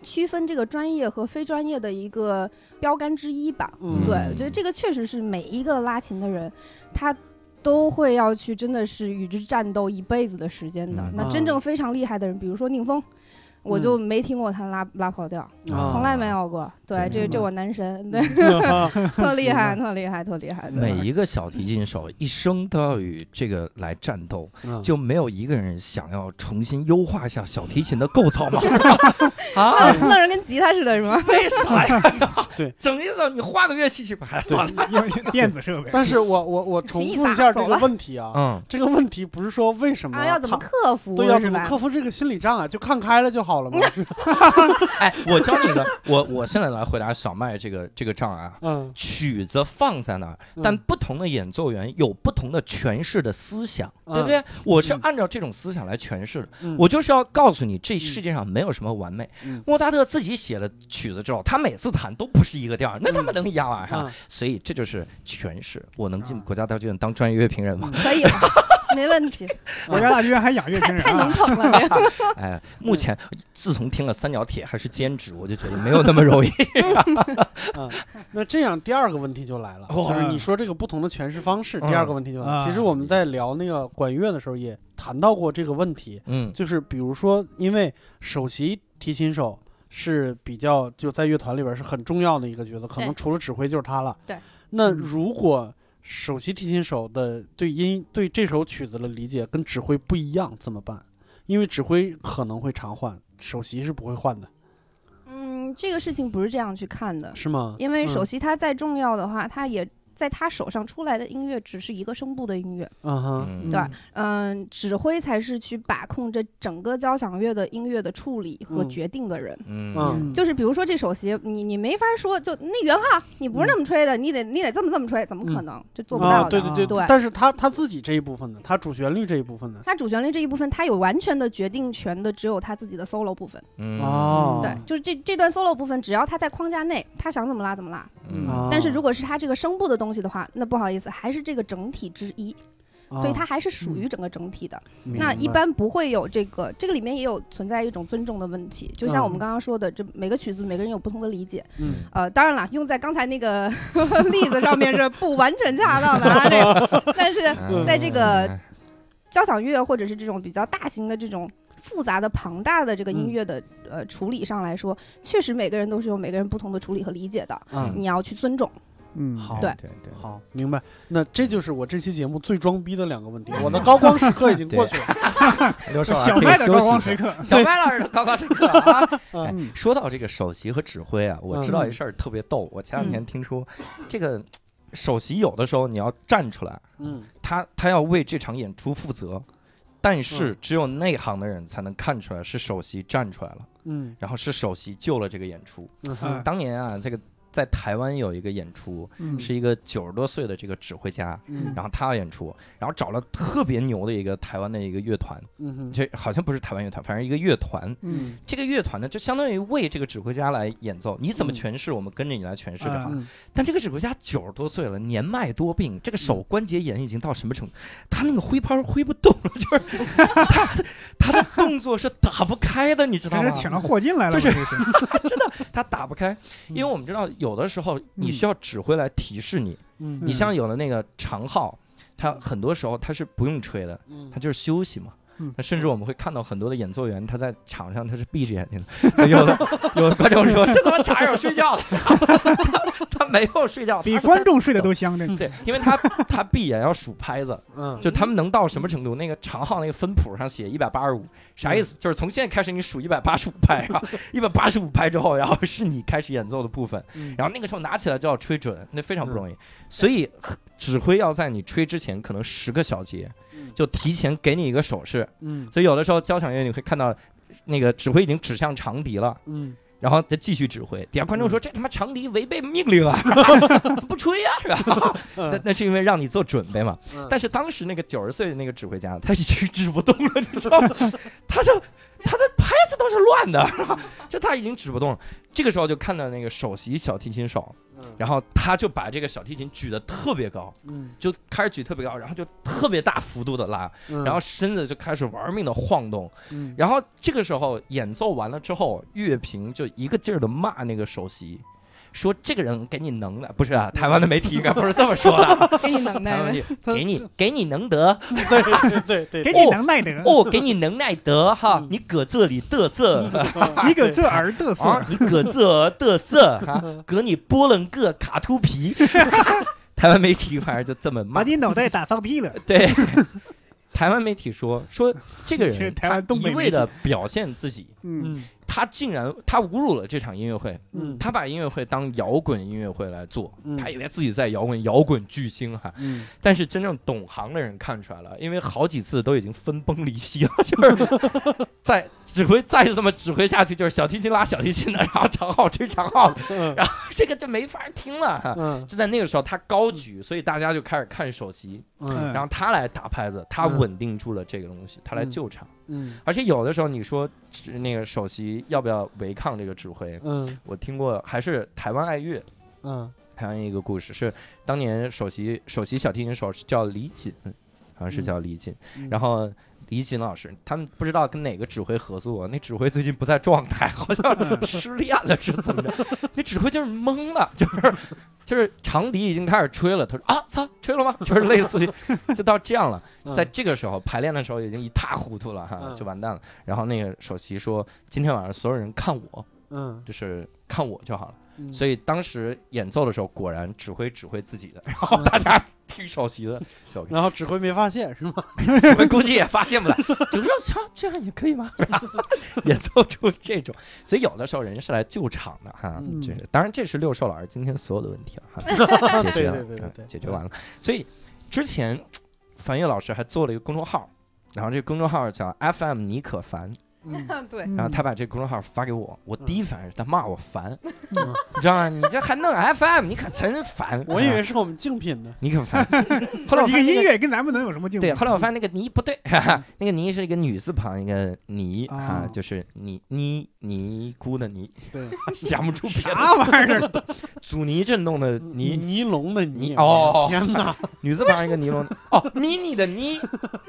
区分这个专业和非专业的一个标杆之一吧。嗯对，嗯我觉得这个确实是每一个拉琴的人，他都会要去真的是与之战斗一辈子的时间的。嗯那啊真正非常厉害的人，比如说宁峰。我就没听过他拉拉跑调，嗯啊嗯从来没有过。对，这这我男 神，对，嗯特厉害，特厉害，特厉嗯害。对每一个小提琴手一生都要与这个来战斗，嗯就没有一个人想要重新优化一下小提琴的构造吗？啊，弄弄人跟吉他似的，是 吗？为啥呀？对， 整一整你换个乐器去吧，哎算了。 用电子设备。嗯但是我我我重复一下这个问题啊，嗯，这个问题不是说为什么啊，要怎么他克服？对要是怎么吧克服这个心理障碍，就看开了就好了嘛。 哎，我教你一个，我我现在来回答小麦这个这个障碍啊。嗯，曲子放在那儿，但不同的演奏员有不同的诠释的思想，嗯对不对？我是嗯按照这种思想来诠释的，嗯我就是要告诉你，这世界上没有什么完美。嗯莫扎特自己写了曲子之后，他每次弹都不是一个调儿，那他妈能一样玩意儿啊？啊所以这就是诠释。我能进国家大剧院当专业乐评人吗？可 以了，没问题，国家大剧院还养乐评太人太能啊？捧了。这个哎，目前自从听了三角铁还是兼职，我就觉得没有那么容易。嗯那这样第二个问题就来了，哦就是你说这个不同的诠释方式，嗯第二个问题就来了。啊其实我们在聊那个管乐的时候也谈到过这个问题，嗯就是比如说，因为首席提琴手是比较就在乐团里边是很重要的一个角色，可能对除了指挥就是他了。对。那如果首席提琴手的对音对这首曲子的理解跟指挥不一样怎么办？因为指挥可能会常换，首席是不会换的，嗯，这个事情不是这样去看的，是吗？因为首嗯席他再重要的话，他也在他手上出来的音乐只是一个声部的音乐。嗯哼，嗯对嗯，指挥才是去把控这整个交响乐的音乐的处理和嗯决定的人。嗯嗯就是比如说这首席，你你没法说，就那原号你不是那么吹的，你得你得这么这么吹，怎么可嗯能？这做不啊，到对的。嗯对对对但是他他自己这一部分呢，他主旋律这一部分呢，他主旋律这一部分，他有完全的决定权的，只有他自己的 solo 部分。嗯哦，对，就是这这段 solo 部分，只要他在框架内，他想怎么拉怎么拉。嗯啊，但是如果是他这个声部的东西的话，那不好意思，还是这个整体之一，所以啊它还是属于整个整体的。明那一白般不会有这个，这个里面也有存在一种尊重的问题，就像我们刚刚说的，这每个曲子每个人有不同的理解。嗯呃，当然了，用在刚才那个 例子上面是不完全恰当的啊，这个， 但是在这个哎交响乐或者是这种比较大型的这种复杂的庞大的这个嗯音乐的、呃处理上来说，确实每个人都是有每个人不同的处理和理解的，嗯你要去尊重。嗯，好对对对好，明白。那这就是我这期节目最装逼的两个问题。嗯我的高光时刻已经过去了。刘少小麦的高光时刻，小麦老师的高光时刻啊！哎嗯说到这个首席和指挥啊，我知道一事儿特别逗。我前两天听说，这个首席有的时候你要站出来，嗯他他要为这场演出负责，但是嗯只有内行的人才能看出来是首席站出来了，嗯然后是首席救了这个演出。嗯嗯哼当年啊，这个在台湾有一个演出，嗯是一个九十多岁的这个指挥家，嗯然后他要演出，然后找了特别牛的一个台湾的一个乐团，嗯哼这好像不是台湾乐团，反正一个乐团。嗯这个乐团呢，就相当于为这个指挥家来演奏，你怎么嗯诠释，我们跟着你来诠释着啊。嗯但这个指挥家九十多岁了，年迈多病， 这个手关节炎已经到什么程度？他那个挥拍挥不动了，就是他他的动作是打不开的，你知道这吗是？请了霍金来了，就这是是他打不开，因为我们知道有的时候你嗯需要指挥来提示你，嗯你像有的那个长号，他很多时候他是不用吹的，嗯他就是休息嘛嗯。那甚至我们会看到很多的演奏员，他在场上他是闭着眼睛的。所以 有的有的观众说：“这他妈场上有睡觉的，他没有睡觉，比他是观众睡得都香，这对，因为他他闭眼要数拍子，嗯就他们能到什么程度？那个长号那个分谱上写一百八十五，啥意嗯思？就是从现在开始你数一百八十五拍 啊，一百八十五拍之后，然后是你开始演奏的部分，嗯然后那个时候拿起来就要吹准，那非常不容嗯易。所以指挥要在你吹之前，可能十个小节嗯，就提前给你一个手势。嗯所以有的时候交响乐你会看到，那个指挥已经指向长笛了。嗯然后再继续指挥，底下观众说：“这他妈长笛违背命令啊， 不吹呀、是吧？” 那那是因为让你做准备嘛。嗯但是当时那个九十岁的那个指挥家，他已经指不动了，你知道吗？ 他就他的拍子都是乱的， 是吧就他已经指不动了。这个时候就看到那个首席小提琴手，然后他就把这个小提琴举得特别高，嗯就开始举特别高，然后就特别大幅度的拉，嗯然后身子就开始玩命的晃动。嗯然后这个时候演奏完了之后，乐评就一个劲儿的骂那个首席，说这个人给你能耐，不是嗯啊，台湾的媒体应该不是这么说的， 给你能台耐湾呗。媒哎体给你给你能得对嗯对对 给对，你能耐得，哦，给你能耐得嗯哈，你搁这里嘚瑟 你搁这儿嘚啊瑟，，你搁这嘚 瑟啊哈，搁你波棱个卡秃皮，台湾媒体反正就这么骂把，啊你脑袋打放屁 了。对。 台湾媒体说说这个其实人，台湾他东北一媒味体的表现自己，嗯嗯他竟然他侮辱了这场音乐会，嗯他把音乐会当摇滚音乐会来做，嗯他以为自己在摇滚摇滚巨星哈、嗯，但是真正懂行的人看出来了，因为好几次都已经分崩离析了，就是 再指挥再这么指挥下去，就是小提琴拉小提琴的，然后长号吹长号 的，嗯然后这个就没法听了哈。嗯就在那个时候，他高举，所以大家就开始看首席，嗯然后他来打拍子，他嗯稳定住了这个东西，他来救场。嗯而且有的时候你说指那个首席要不要违抗这个指挥，嗯我听过，还是台湾爱乐，嗯台湾一个故事是当年首席首席小提琴手是叫李锦，好像是嗯叫李锦，嗯然后。李锦老师，他们不知道跟哪个指挥合作，那指挥最近不在状态，好嗯像失恋了是怎么着？ 那指挥就是懵了，就是就是长笛已经开始吹了，他说啊操，吹了吗？就是类似于就到这样了。嗯在这个时候排练的时候已经一塌糊涂了哈，嗯就完蛋了。然后那个首席说，今天晚上所有人看我，嗯，就是看我就好了。嗯所以当时演奏的时候，果然指挥指挥自 己的，然后大家嗯听首席的， 就然后指挥没发现是吗？我们估计也发现 不了，就说操，这样也可以吗？ 演奏出这种，所以有的时候人是来救场的哈。嗯这是当然，这是六兽老师今天所有的问题了哈。 解决了，对对对对对嗯解决完了。所以之前樊月老师还做了一个公众号，然后这个公众号叫 FM 尼可凡，嗯 对，然后他把这个公众号发给我，我第一反应是他骂我烦，嗯你知道吗？你这还弄 FM，你可真烦。我以为是我们竞品呢。你可 烦，后来我一发个现那音个。乐跟咱们能有什么竞争？对，后来我发现那个泥不对， 哈哈，那个泥是一个女字旁一个泥啊哦，就是泥泥尼姑的泥， 对，想不出别的。啥啊嗯玩意儿？阻尼震动的尼泥，尼龙的尼尼哦天哪！女字旁一个尼龙，哦，mini 的泥，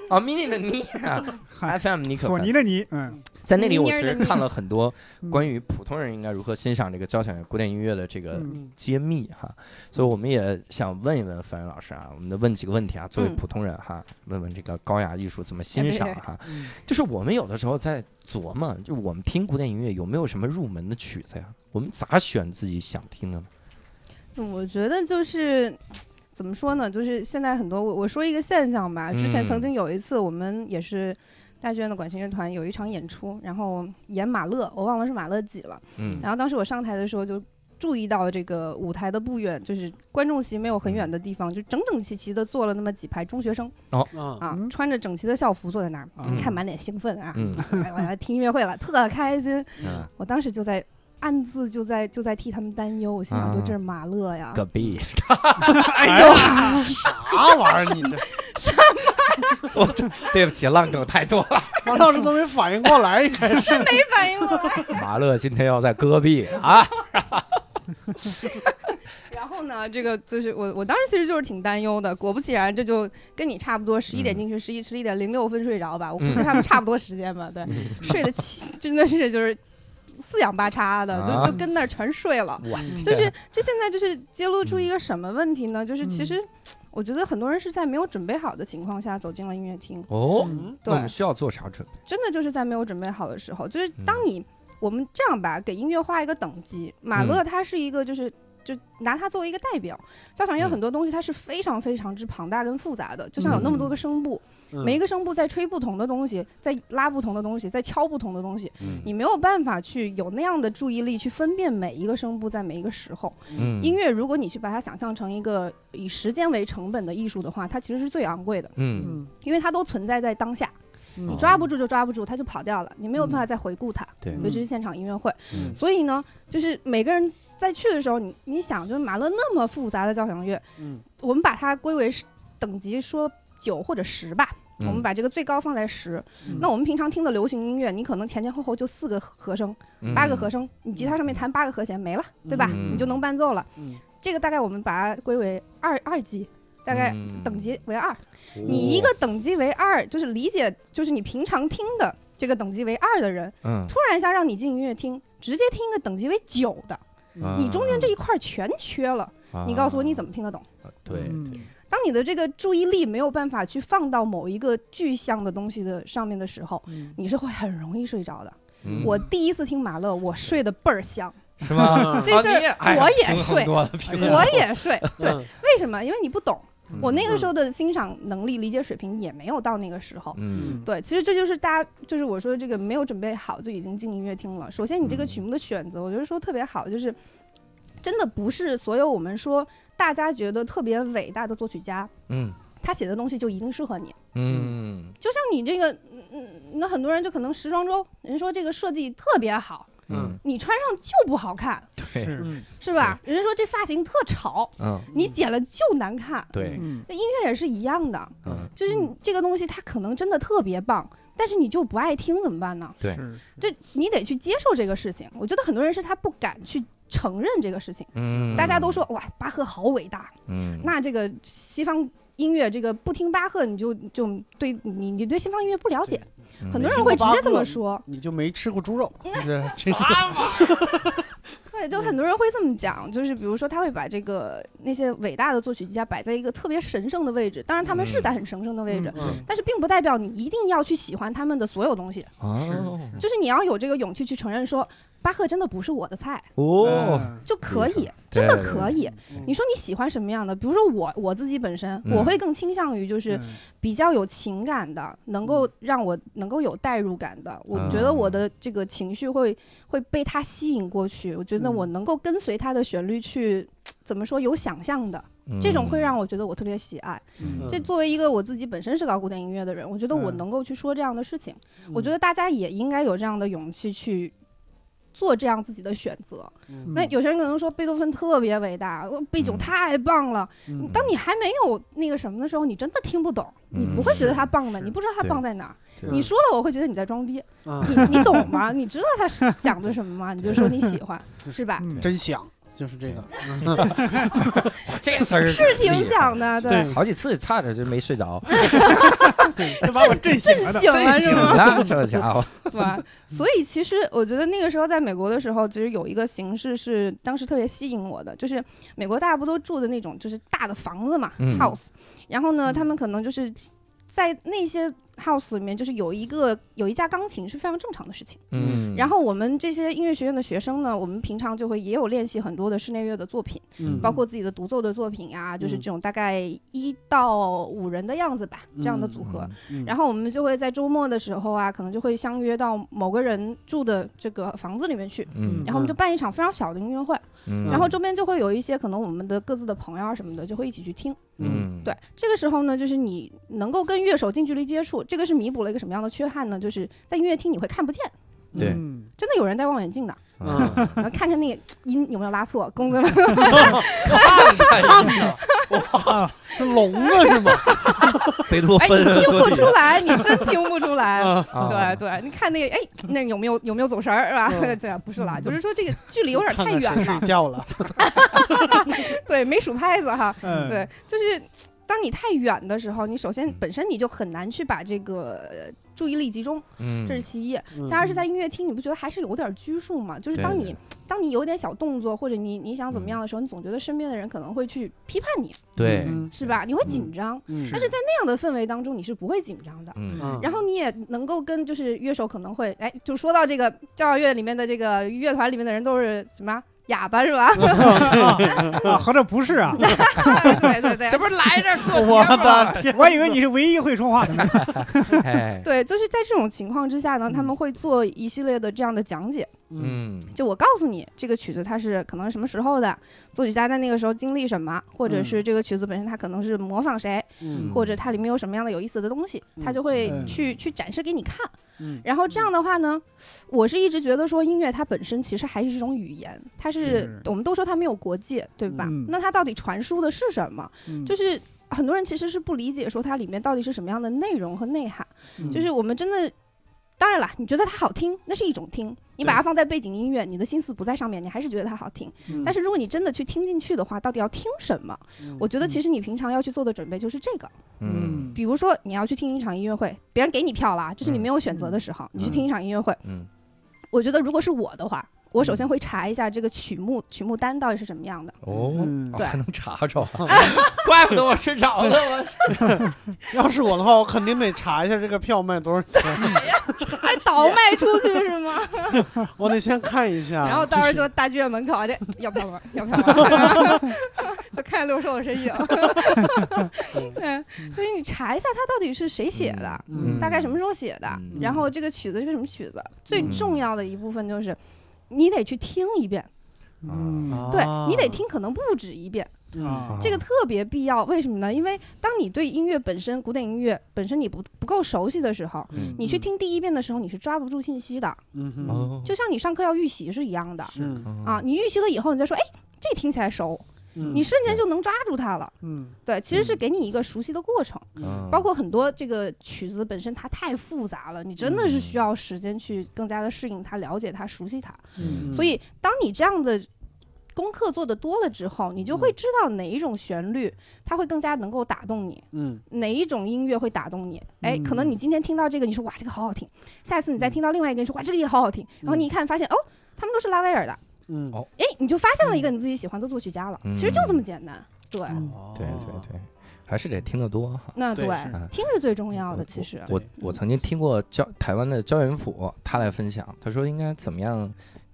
哦，mini 的泥啊嗨，FM 尼可索尼凡。的你，嗯，在那里，我泥其儿的实泥看了很多嗯关于普通人应该如何欣赏这个交响乐古典音乐的这个嗯揭秘哈，所以我们也想问一问樊云老师啊，我们的问几个问题啊，作为嗯普通人哈，问问这个高雅艺术怎么欣赏哎对哈嗯，就是我们有的时候在琢磨，就我们听古典音乐有没有什么入门的曲子呀？我们咋选自己想听的呢？嗯我觉得就是。怎么说呢？就是现在很多我我说一个现象吧。之前嗯曾经有一次，我们也是大剧院的管弦乐团有一场演出，然后演马勒，我忘了是马勒几了。嗯然后当时我上台的时候就注意到这个舞台的不远，就是观众席没有很远的地方，就整整齐齐的坐了那么几排中学生哦嗯啊，嗯穿着整齐的校服坐在那儿，嗯看满脸兴奋啊，嗯哎我来听音乐会了，特开心。嗯，我当时就在暗自就在就在替他们担忧，我心想啊说这是马勒呀，隔壁，哎呀，啥玩意儿？你这 对不起，浪梗太多了。王老师都没反应过来，一开始。没反应过来。 马勒今天要在戈壁啊，然后呢，这个就是我，我当时其实就是挺担忧的。果不其然，这就跟你差不多，十一嗯点进去，十一十一点零六分睡着吧。我估计他们差不多时间吧，对，嗯睡得起，真的是就是四仰八叉的，啊就就跟那儿全睡了。我的天就是这现在就是揭露出一个什么问题呢？就是嗯其实我觉得很多人是在没有准备好的情况下走进了音乐厅，哦，嗯那我们对需要做啥准备？真的就是在没有准备好的时候，就是嗯当你、我们这样吧，给音乐画一个等级，马嗯勒他是一个就是。就拿它作为一个代表，交响乐嗯很多东西它是非常非常之庞大跟复杂的，就像有那么多个声部，嗯每一个声部在吹不同的东西，在拉不同的东西，在敲不同的东西，嗯你没有办法去有那样的注意力去分辨每一个声部在每一个时候。嗯音乐如果你去把它想象成一个以时间为成本的艺术的话，它其实是最昂贵的，嗯嗯因为它都存在在当下，嗯哦你抓不住就抓不住，它就跑掉了，你没有办法再回顾它，对尤其是现场音乐会。嗯所以呢，就是每个人在去的时候，你你想，就是马勒那么复杂的交响乐，嗯我们把它归为是等级说九或者十吧。嗯我们把这个最高放在十、嗯那我们平常听的流行音乐，你可能前前后后就四个和声、嗯八个和声，你吉他上面弹八个和弦没了，对吧？嗯你就能伴奏了。嗯这个大概我们把它归为二二级，大概嗯等级为二。哦你一个等级为二，就是理解，就是你平常听的这个等级为二的人，嗯突然一下让你进音乐厅，直接听一个等级为九的，啊啊你中间这一块儿全缺了，你告诉我你嗯怎么么听得懂？对？嗯嗯当你的这个注意力没有办法去放到某一个具象的东西的上面的时候，嗯你是会很容易睡着的。嗯我第一次听马勒，我睡得倍儿香，是吗？ 嗯这啊事你也哎儿呀我也平衡睡，多了平衡我 也睡。对，嗯为什么？因为你不懂。嗯我那个时候的欣赏能力、理解水平也没有到那个时候。嗯对，其实这就是大家，就是我说的这个没有准备好就已经进音乐厅了。首先，你这个嗯曲目的选择，我觉得说特别好，就是真的不是所有我们说大家觉得特别伟大的作曲家，嗯他写的东西就一定适合你。嗯就像你这个，嗯嗯，那很多人就可能时装周，人说这个设计特别好，嗯，你穿上就不好看，对，嗯是吧？人家说这发型特潮，嗯你剪了就难看。对，嗯这也是一样的，嗯就是你这个东西它可能真的特别棒，但是你就不爱听怎么办呢？对是这你得去接受这个事情。我觉得很多人是他不敢去承认这个事情。嗯，大家都说哇，巴赫好伟大，嗯，那这个西方音乐这个不听巴赫你就就对你你对西方音乐不了解，嗯很多人会直接这巴赫么说。你就没吃过猪肉，是对，就很多人会这么讲，就是比如说他会把这个那些伟大的作曲家摆在一个特别神圣的位置，当然他们是在很神圣的位置，嗯但是并不代表你一定要去喜欢他们的所有东西，哦就是你要有这个勇气去承认说巴赫真的不是我的菜哦，就可以，对真的对可以。嗯你说你喜欢什么样的？比如说我我自己本身，我嗯会更倾向于就是嗯比较有情感的，能够让我能够有代入感的。我觉得我的这个情绪会会被它吸引过去，我觉得我能够跟随它的旋律去。怎么说有想象的嗯嗯这种会让我觉得我特别喜爱。嗯这作为一个我自己本身是搞古典音乐的人，我觉得我能够去说这样的事情。我觉得大家也应该有这样的勇气去做这样自己的选择。嗯那有些人可能说贝多芬特别伟大，呃贝九嗯太棒了。嗯当你还没有那个什么的时候，你真的听不懂，你不会觉得他棒的，你不知道他对棒在哪儿。对啊你说了，我会觉得你在装逼。啊你你懂吗？你知道他是讲的什么吗？你就说你喜欢，是吧？嗯真香，就是这嗯个，这事儿是挺想的，对，嗯好几次差点就没睡 着，这把我震醒了的。醒了是醒吗？了，这 家伙，对吧？所以其实我觉得那个时候在美国的时候，其实有一个形式是当时特别吸引我的，就是美国大家不都住的那种就是大的房子嘛、嗯 h o u s e 然后呢，他们可能就是在那些 house 里面，就是有一个有一架钢琴是非常正常的事情。嗯，然后我们这些音乐学院的学生呢，我们平常就会也有练习很多的室内乐的作品，嗯包括自己的独奏的作品啊，就是嗯这种大概一到五人的样子吧，这样的组嗯合。嗯然后我们就会在周末的时候啊，可能就会相约到某个人住的这个房子里面去，嗯然后我们就办一场非常小的音乐会，嗯，然后周边就会有一些可能我们的各自的朋友啊什么的就会一起去听。嗯对，这个时候呢，就是你能够跟乐手近距离接触，这个是弥补了一个什么样的缺憾呢？就是在音乐厅你会看不见，对嗯真的有人戴望远镜的， 嗯然后看看那个音有没有拉哎错，工作。 这聋了啊是吗？ 贝多哎，芬你听不出来，你真听不出来。啊对对，你看那个，哎，那有没有有没有走神儿是吧？ 嗯这样不是啦，就是说这个距离有点太远看看谁了，睡 觉了，对，没数拍子哈。嗯，对，就是当你太远的时候，你首先嗯本身你就很难去把这个呃注意力集中，嗯，这是其一。嗯其二是在音乐厅，你不觉得还是有点拘束吗？就是当对你当你有点小动作，或者你你想怎嗯么样的时候，你总觉得身边的人可能会去批判你，对，嗯是吧？你会嗯紧张。嗯但是在那样的氛围当中，你是不会紧张的。嗯嗯然后你也能够跟就是乐手可能会哎，就说到这个交响乐里面的这个乐团里面的人都是什么哑巴是吧？ 啊，合着不是啊，对对对这不是来这儿做节目我了的天， 我以为你是唯一会说话的呢。哎，嗯 对，就是在这种情况之下呢，他们会做一系列的这样的讲解，嗯就我告诉你这个曲子它是可能是什么时候的，作曲家在那个时候经历什么，或者是这个曲子本身它可能是模仿谁，嗯或者它里面有什么样的有意思的东西，他就会去去展示给你看。嗯然后这样的话呢，我是一直觉得说音乐它本身其实还是一种语言，它是是我们都说它没有国界，对吧？嗯那它到底传输的是什么？嗯就是很多人其实是不理解说它里面到底是什么样的内容和内涵。嗯就是我们真的，当然啦，你觉得它好听，那是一种听，你把它放在背景音乐，你的心思不在上面，你还是觉得它好听。但是如果你真的去听进去的话，到底要听什么？嗯我觉得其实你平常要去做的准备就是这个。嗯比如说你要去听一场音乐会，别人给你票啦，这是你没有选择的时候，你去听一场音乐会。嗯我觉得如果是我的话，我首先会查一下这个曲目曲目单到底是什么样的。哦，嗯哦对还能 查着啊，怪不得我睡着了，我要是我的话，我肯定得查一下这个票卖多少钱，嗯还倒卖出去是吗？我得先看一下。然后到时候就大剧院门口去要票吗？要票吗？ 就看六兽的身影。 对，所以你查一下它到底是谁写的，嗯大概什么时候写的，嗯然后这个曲子是个什么曲子。最嗯重要的一部分就是，你得去听一遍，嗯啊对你得听，可能不止一遍。嗯啊这个特别必要，为什么呢？因为当你对音乐本身、古典音乐本身你不不够熟悉的时候，嗯你去听第一遍的时候，你是抓不住信息的，嗯哼嗯哦，就像你上课要预习是一样的是嗯啊。你预习了以后，你再说，哎，这听起来熟，嗯你瞬间就能抓住它了。嗯对，其实是给你一个熟悉的过程，嗯包括很多这个曲子本身它太复杂了，你真的是需要时间去更加的适应它、了解它、熟悉它。嗯所以，当你这样的功课做的多了之后，你就会嗯知道哪一种旋律它会更加能够打动你，嗯哪一种音乐会打动你。哎，可能嗯你今天听到这个，你说哇这个好好听，下一次你再听到另外一个，你说哇这个也好好听，然后你一看发现哦，他们都是拉威尔的，嗯哦哎，你就发现了一个你自己喜欢的作曲家了。其实就这么简单。对，对对对，还是得听得多啊哈。那对对是嗯的，听是最重要的。其实，嗯我对我曾经听过焦台湾的焦元溥，他来分享，他说应该怎么样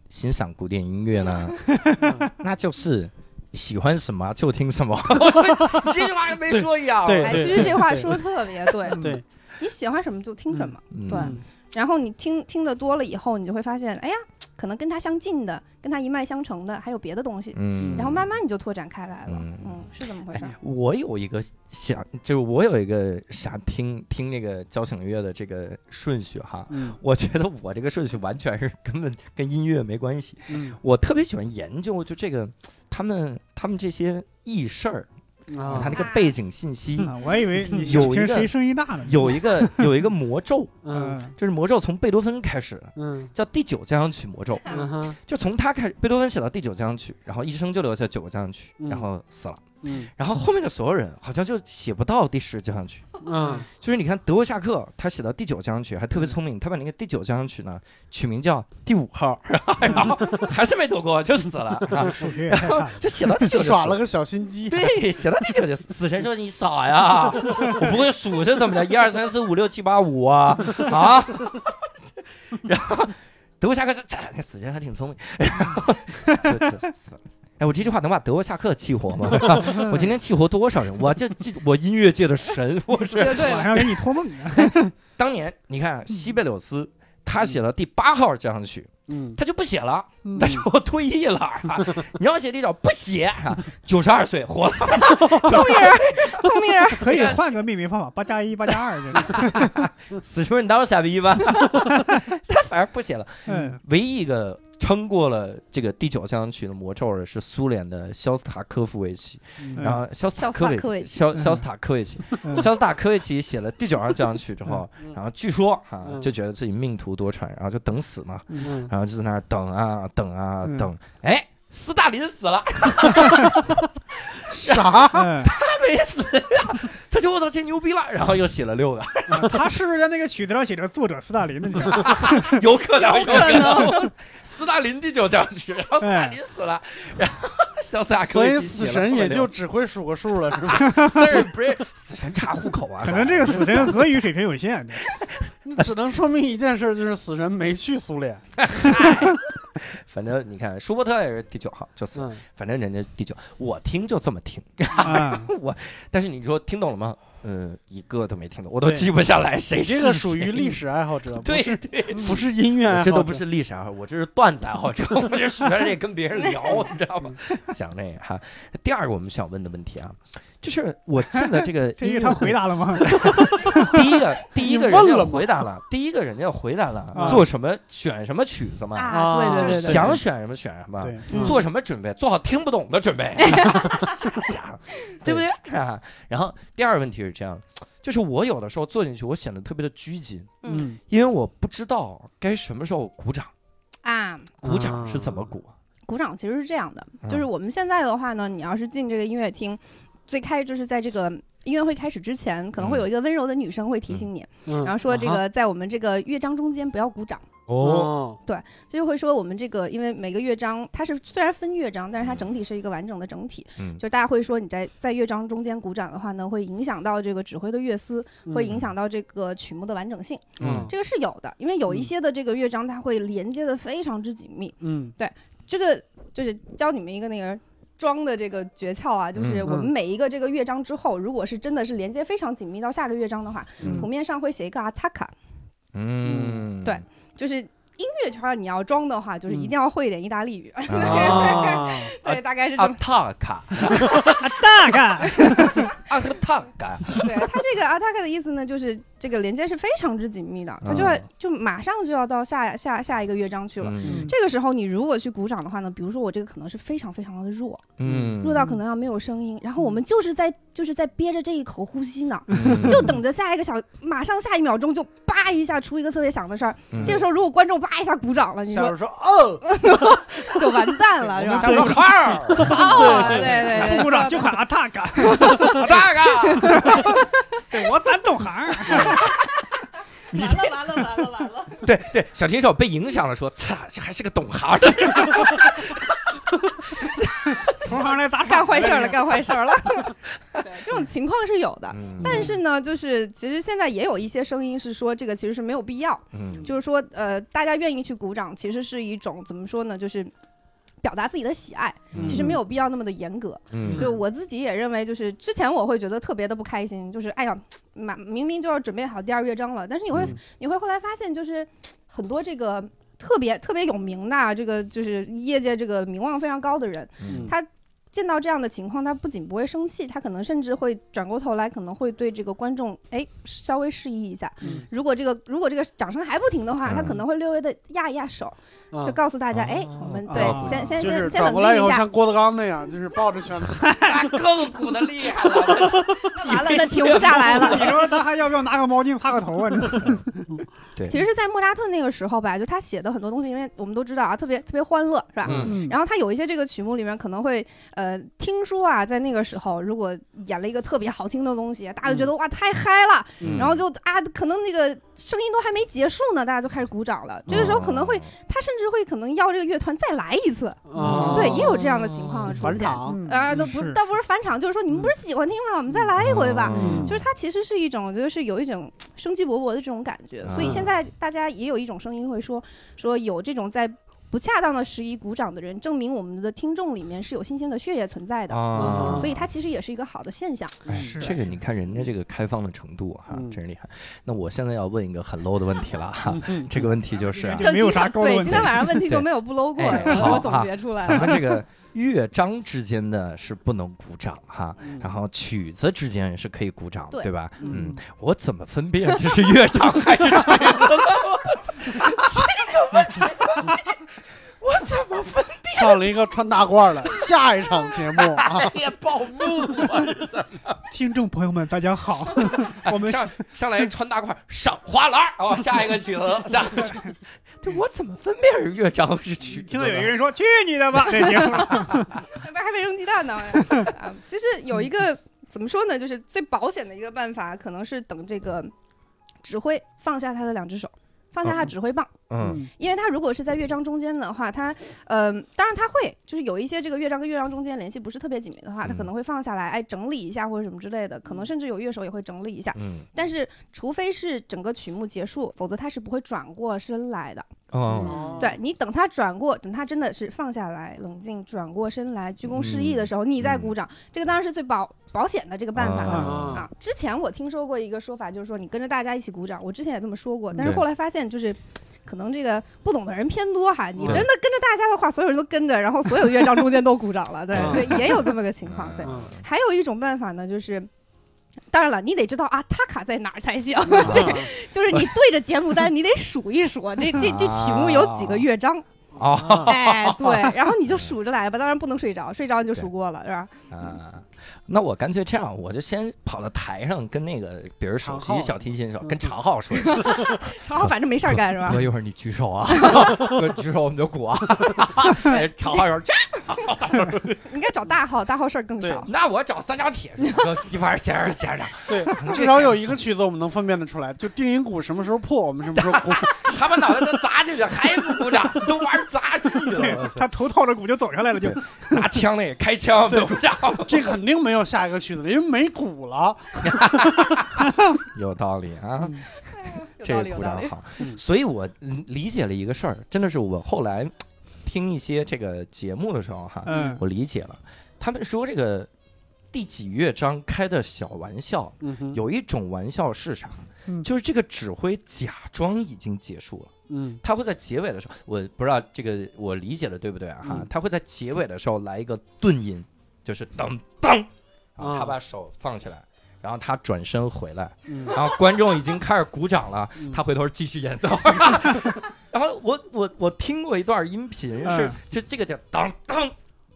欣赏古典音乐呢？那就是喜欢什么就听什么。这句话跟没说一样。对 哎，对其实这话说的特别对。嗯对，你喜欢什么就听什么。嗯对嗯然后你听听得多了以后，你就会发现，哎呀，可能跟它相近的，跟它一脉相承的，还有别的东西。嗯，然后慢慢你就拓展开来了。嗯嗯，是这么回事儿。我有一个想，就是我有一个想听听这个交响乐的这个顺序哈。嗯我觉得我这个顺序完全是根本跟音乐没关系。嗯我特别喜欢研究，就这个他们他们这些轶事儿，他啊嗯嗯那个背景信息啊，我还以为你嗯有一听个谁声音大呢？嗯有一个有一个魔咒，嗯就是魔咒从贝多芬开始，嗯叫第九交响曲魔咒，嗯哼就从他开始，贝多芬写到第九交响曲，然后一生就留下九个交响曲，嗯然后死了， 嗯然后后面的所有人好像就写不到第十交响曲， 嗯就是你看德国夏克他写到第九交响曲还特别聪明，他把那个第九交响曲呢取名叫第五号， 然后还是没得过就死 了，然后数学也太差了。就写到第九就死耍了。个小心 机，对，写到第九就死死神说你傻 呀，我不会数是怎么的，一二三四五六七八五啊啊！ 然后德国夏克说这这死神还挺聪明， 然后就就死了。哎，我这句话能把德国夏克气活吗？ 我今天气活多少人？我这这我音乐界的嗯神，我是绝对 晚上给你托梦呢。当年你看西贝柳斯，他写了第八号交响曲，嗯他就不写了，他说我退役了 啊。你要写第九不写，啊九十二岁活了。聪明人，聪明人。 可以换个命名方法，八加一、八加二这种。死叔，你当我傻逼吧？ 他反而不写了。嗯，唯一一个撑过了这个第九交响曲的魔咒的是苏联的肖斯塔科夫维奇，嗯然后肖斯塔肖科斯塔科维维奇奇，肖肖斯塔科维奇，嗯肖斯塔科维奇写了第九号交响曲之后嗯，然后据说哈嗯就觉得自己命途多舛，然后就等死嘛。嗯然后就在那儿等啊等啊嗯等，哎，斯大林死了， 啥？嗯，他没死呀，他就我操这牛逼了，然后又写了六个，啊他是不是在那个曲子上写着“作者斯大林”的？你知道吗？ 有可能有可能，斯大林第九交响曲，然后斯大林死了，然后肖斯塔科哎所以维奇死写了神也后就只会数个数了，是吧？ 面六个字儿不是死神查户口啊，可能这个死神俄语水平有限。这那只能说明一件事儿，就是死神没去苏联。反正你看舒伯特也是第九号就死了，嗯反正人家第九，我听就这么听，啊，我但是你说听懂了吗？嗯，一个都没听懂，我都对记不下来谁你这个是属于谁历史爱好者，不对是对不是音乐爱好我者，这都不是历史爱好，我这是段子爱好者， 我这学着也跟别人 聊，你知道吗？讲这个哈。第二个我们想问的问题啊，就是我进了这 个这个他回答答了吗？第一个第一个你问人家了吗回答了，第一个人家回答了啊，做什么选什么曲子嘛，啊，对对对对对，想选什么选什么。啊对，嗯做什么准备？做好听不懂的准备，讲，对不对啊？然后第二个问题是这样，就是我有的时候坐进去，我显得特别的拘谨，嗯因为我不知道该什么时候鼓掌。啊，鼓掌是怎么鼓啊？鼓掌其实是这样的，嗯就是我们现在的话呢，你要是进这个音乐厅，最开就是在这个。音乐会开始之前，可能会有一个温柔的女生会提醒你，嗯，然后说这啊哈个在我们这个乐章中间不要鼓掌，啊哦，这就会说我们这个，因为每个乐章它是虽然分乐章，但是嗯它整体是一个完整的整体。嗯就大家会说你在在乐章中间鼓掌的话呢，会影响到这个指挥的乐思，嗯会影响到这个曲目的完整性。嗯这个是有的，因为有一嗯些的这个乐章它会连接的非常之紧密。嗯这个就是教你们一个那个。装的这个诀窍啊，就是嗯我们嗯每一个这个乐章之后，如果是真的是连接非常紧密到下个乐章的话，嗯谱面上会写一个 attacca，嗯，对就是音乐圈儿你要装的话，就是嗯一定要会一点意大利语。啊，对，大概是这阿么。塔卡，大概阿塔卡，对它这个 attack 的意思呢，就是这个连接是非常之紧密的，它就要嗯就马上就要到下下下一个乐章去了。 嗯这个时候，你如果去鼓掌的话呢，比如说我这个可能是非常非常的弱，嗯，弱到可能要没有声音，然后我们就是在就是在憋着这一口呼吸呢，嗯就等着下一个小，马上下一秒钟就叭一下出一个特别响的事儿。嗯这个时候如果观众叭一下鼓掌了， 你下边说说哦，就完蛋了，是吧？上个号 儿，哦，对对对，不鼓掌就喊 attack，阿 塔卡，对我咱懂行儿，你完了完了完了完了。对对，小禽兽被影响了，说：“擦，这还是个懂行的。 同行来砸场哎干坏事儿了，这个干坏事儿了。 对，这种情况是有的。嗯”但是呢，就是其实现在也有一些声音是说，这个其实是没有必要，嗯就是说，呃，大家愿意去鼓掌，其实是一种怎么说呢，就是表达自己的喜爱，其实没有必要那么的严格。嗯就我自己也认为，就是之前我会觉得特别的不开心，就是哎呀，满明明就要准备好第二乐章了，但是你会、嗯你会后来发现，就是很多这个特别特别有名的啊这个就是业界这个名望非常高的人， 嗯他见到这样的情况，他不仅不会生气，他可能甚至会转过头来，可能会对这个观众哎稍微示意一下。嗯如果这个如果这个掌声还不停的话，他可嗯能会略微的压一压手，啊就告诉大家哎、哦我们哦对、哦先先就先是先转冷过来以静一后下，像郭德纲那样，就是抱着拳头，那更鼓的厉害了。完了他停不下来了。 你说他还要不要拿个毛巾擦个头啊？你对其实，在莫扎特那个时候吧，就他写的很多东西，因为我们都知道啊，特别特别欢乐，是吧？嗯然后他有一些这个曲目里面可能会，呃，听说啊，在那个时候如果演了一个特别好听的东西，大家就觉得、哇太嗨了，嗯然后就啊，可能那个声音都还没结束呢，大家就开始鼓掌了。这个时候可能会，哦他甚至会可能要这个乐团再来一次， 啊，对，也有这样的情况出哦返现。场，嗯啊，都不是倒不是返场，就是说你们不是喜欢听吗？我们再来一回吧。嗯就是它其实是一种，就是有一种生机勃勃的这种感觉。所以现在大家也有一种声音会说，说有这种在不恰当的时宜鼓掌的人，证明我们的听众里面是有新鲜的血液存在的。啊，嗯所以它其实也是一个好的现象。哎是这个你看人家这个开放的程度哈、嗯真是厉害。那我现在要问一个很 low 的问题了哈、嗯这个问题就是啊这没有今天啥高的对，问今题天晚上问题就没有不搂过，哎我好我总结出来咱 了。们这个乐章之间的是不能鼓掌哈、然后曲子之间是可以鼓掌，对对吧？嗯嗯，我怎么分辨这是乐章还是曲 子呢？我操，这个问题是，我怎么分上了一个穿大褂的，下一场节目 啊，哎辨报幕啊？这是听众朋友们，大家 好，我们上上来穿大褂，赏花篮儿哦，下一个曲子，下一个曲子。对，我怎么分辨是乐章是曲子呢？听到有一个人说：“去你的吧！”这节嗯目了，那边还没扔鸡蛋呢。 啊，其实有一个怎么说呢，就是最保险的一个办法，可能是等这个指挥放下他的两只手，放下他指挥棒。嗯因为他如果是在乐章中间的话，他，嗯、当然他会，就是有一些这个乐章跟乐章中间联系不是特别紧密的话，他可能会放下来，哎，整理一下或者什么之类的，可能甚至有乐手也会整理一下。嗯但是，除非是整个曲目结束，否则他是不会转过身来的。哦嗯对你等他转过，等他真的是放下来，冷静转过身来，鞠躬示意嗯的时候，你再鼓掌，这个当然是最保保险的这个办法了。啊啊，之前我听说过一个说法，就是说你跟着大家一起鼓掌，我之前也这么说过，但是对后来发现就是。可能这个不懂的人偏多哈，你嗯真的跟着大家的话，所有人都跟着，然后所有的乐章中间都鼓掌了，对啊嗯对，也有这么个情况。对，嗯还有一种办法呢，就是，当然了，你得知道啊，他卡在哪儿才行，就是你对着节目单，你得数一啊数， 这这这曲目有几个乐章，哦啊哎，对，然后你就数着来吧，当然不能睡着，睡着你就数过了，是吧？啊，那我干脆这样，我就先跑到台上跟那个，比如首长席浩小提琴手嗯跟长浩说一声，然后反正没事儿干，是吧？哥一会儿你举手啊，哥举手我们就鼓啊，哎长浩说去你应该找大号，大号事儿更对少。那我找三角铁，说你玩闲着闲着，对，至少有一个曲子我们能分辨得出来，就定音鼓什么时候破，我们什么时候鼓。 他把脑袋都砸进去，还不鼓掌，都玩杂技了，他头套着鼓就走上来了，就拿枪那也开枪，对都鼓掌。这肯定没有下一个曲子了，因为没鼓了。有道理啊，嗯这个 鼓掌好嗯。所以我嗯理解了一个事儿，真的是我后来嗯听一些这个节目的时候哈，嗯我理解了，他们说这个第几乐章开的小玩笑，嗯哼，有一种玩笑是啥嗯？就是这个指挥假装已经结束了。嗯他会在结尾的时候，我不知道这个我理解的对不对啊？哈、嗯他会在结尾的时候来一个顿音，就是当当，然后啊他把手放起来，然后他转身回来，嗯然后观众已经开始鼓掌了，嗯他回头继续演 奏。然后我我我听过一段音频嗯是，就这个叫当当，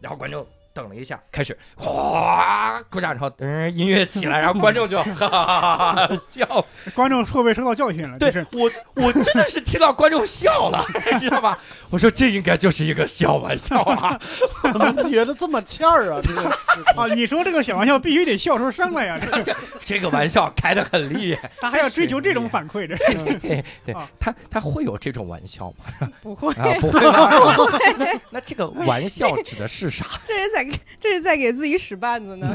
然后观众。等了一下，开始哗鼓掌，然后嗯音乐起来，然后观众就哈哈哈哈笑，观众会不会受到教训了？对啊就是我，我真的是听到观众笑了， 你知道吧？我说这应该就是一个小玩笑啊，怎么觉得这么欠儿 啊？这个啊，你说这个小玩笑必须得笑出 声来呀，这个这个玩笑开得很厉害。他还要追求这种反馈，这是嘿对啊他，他会有这种玩笑吗？不会，啊，不会吧？ 那这个玩笑指的是啥？这是在给这是在给自己使绊 子呢，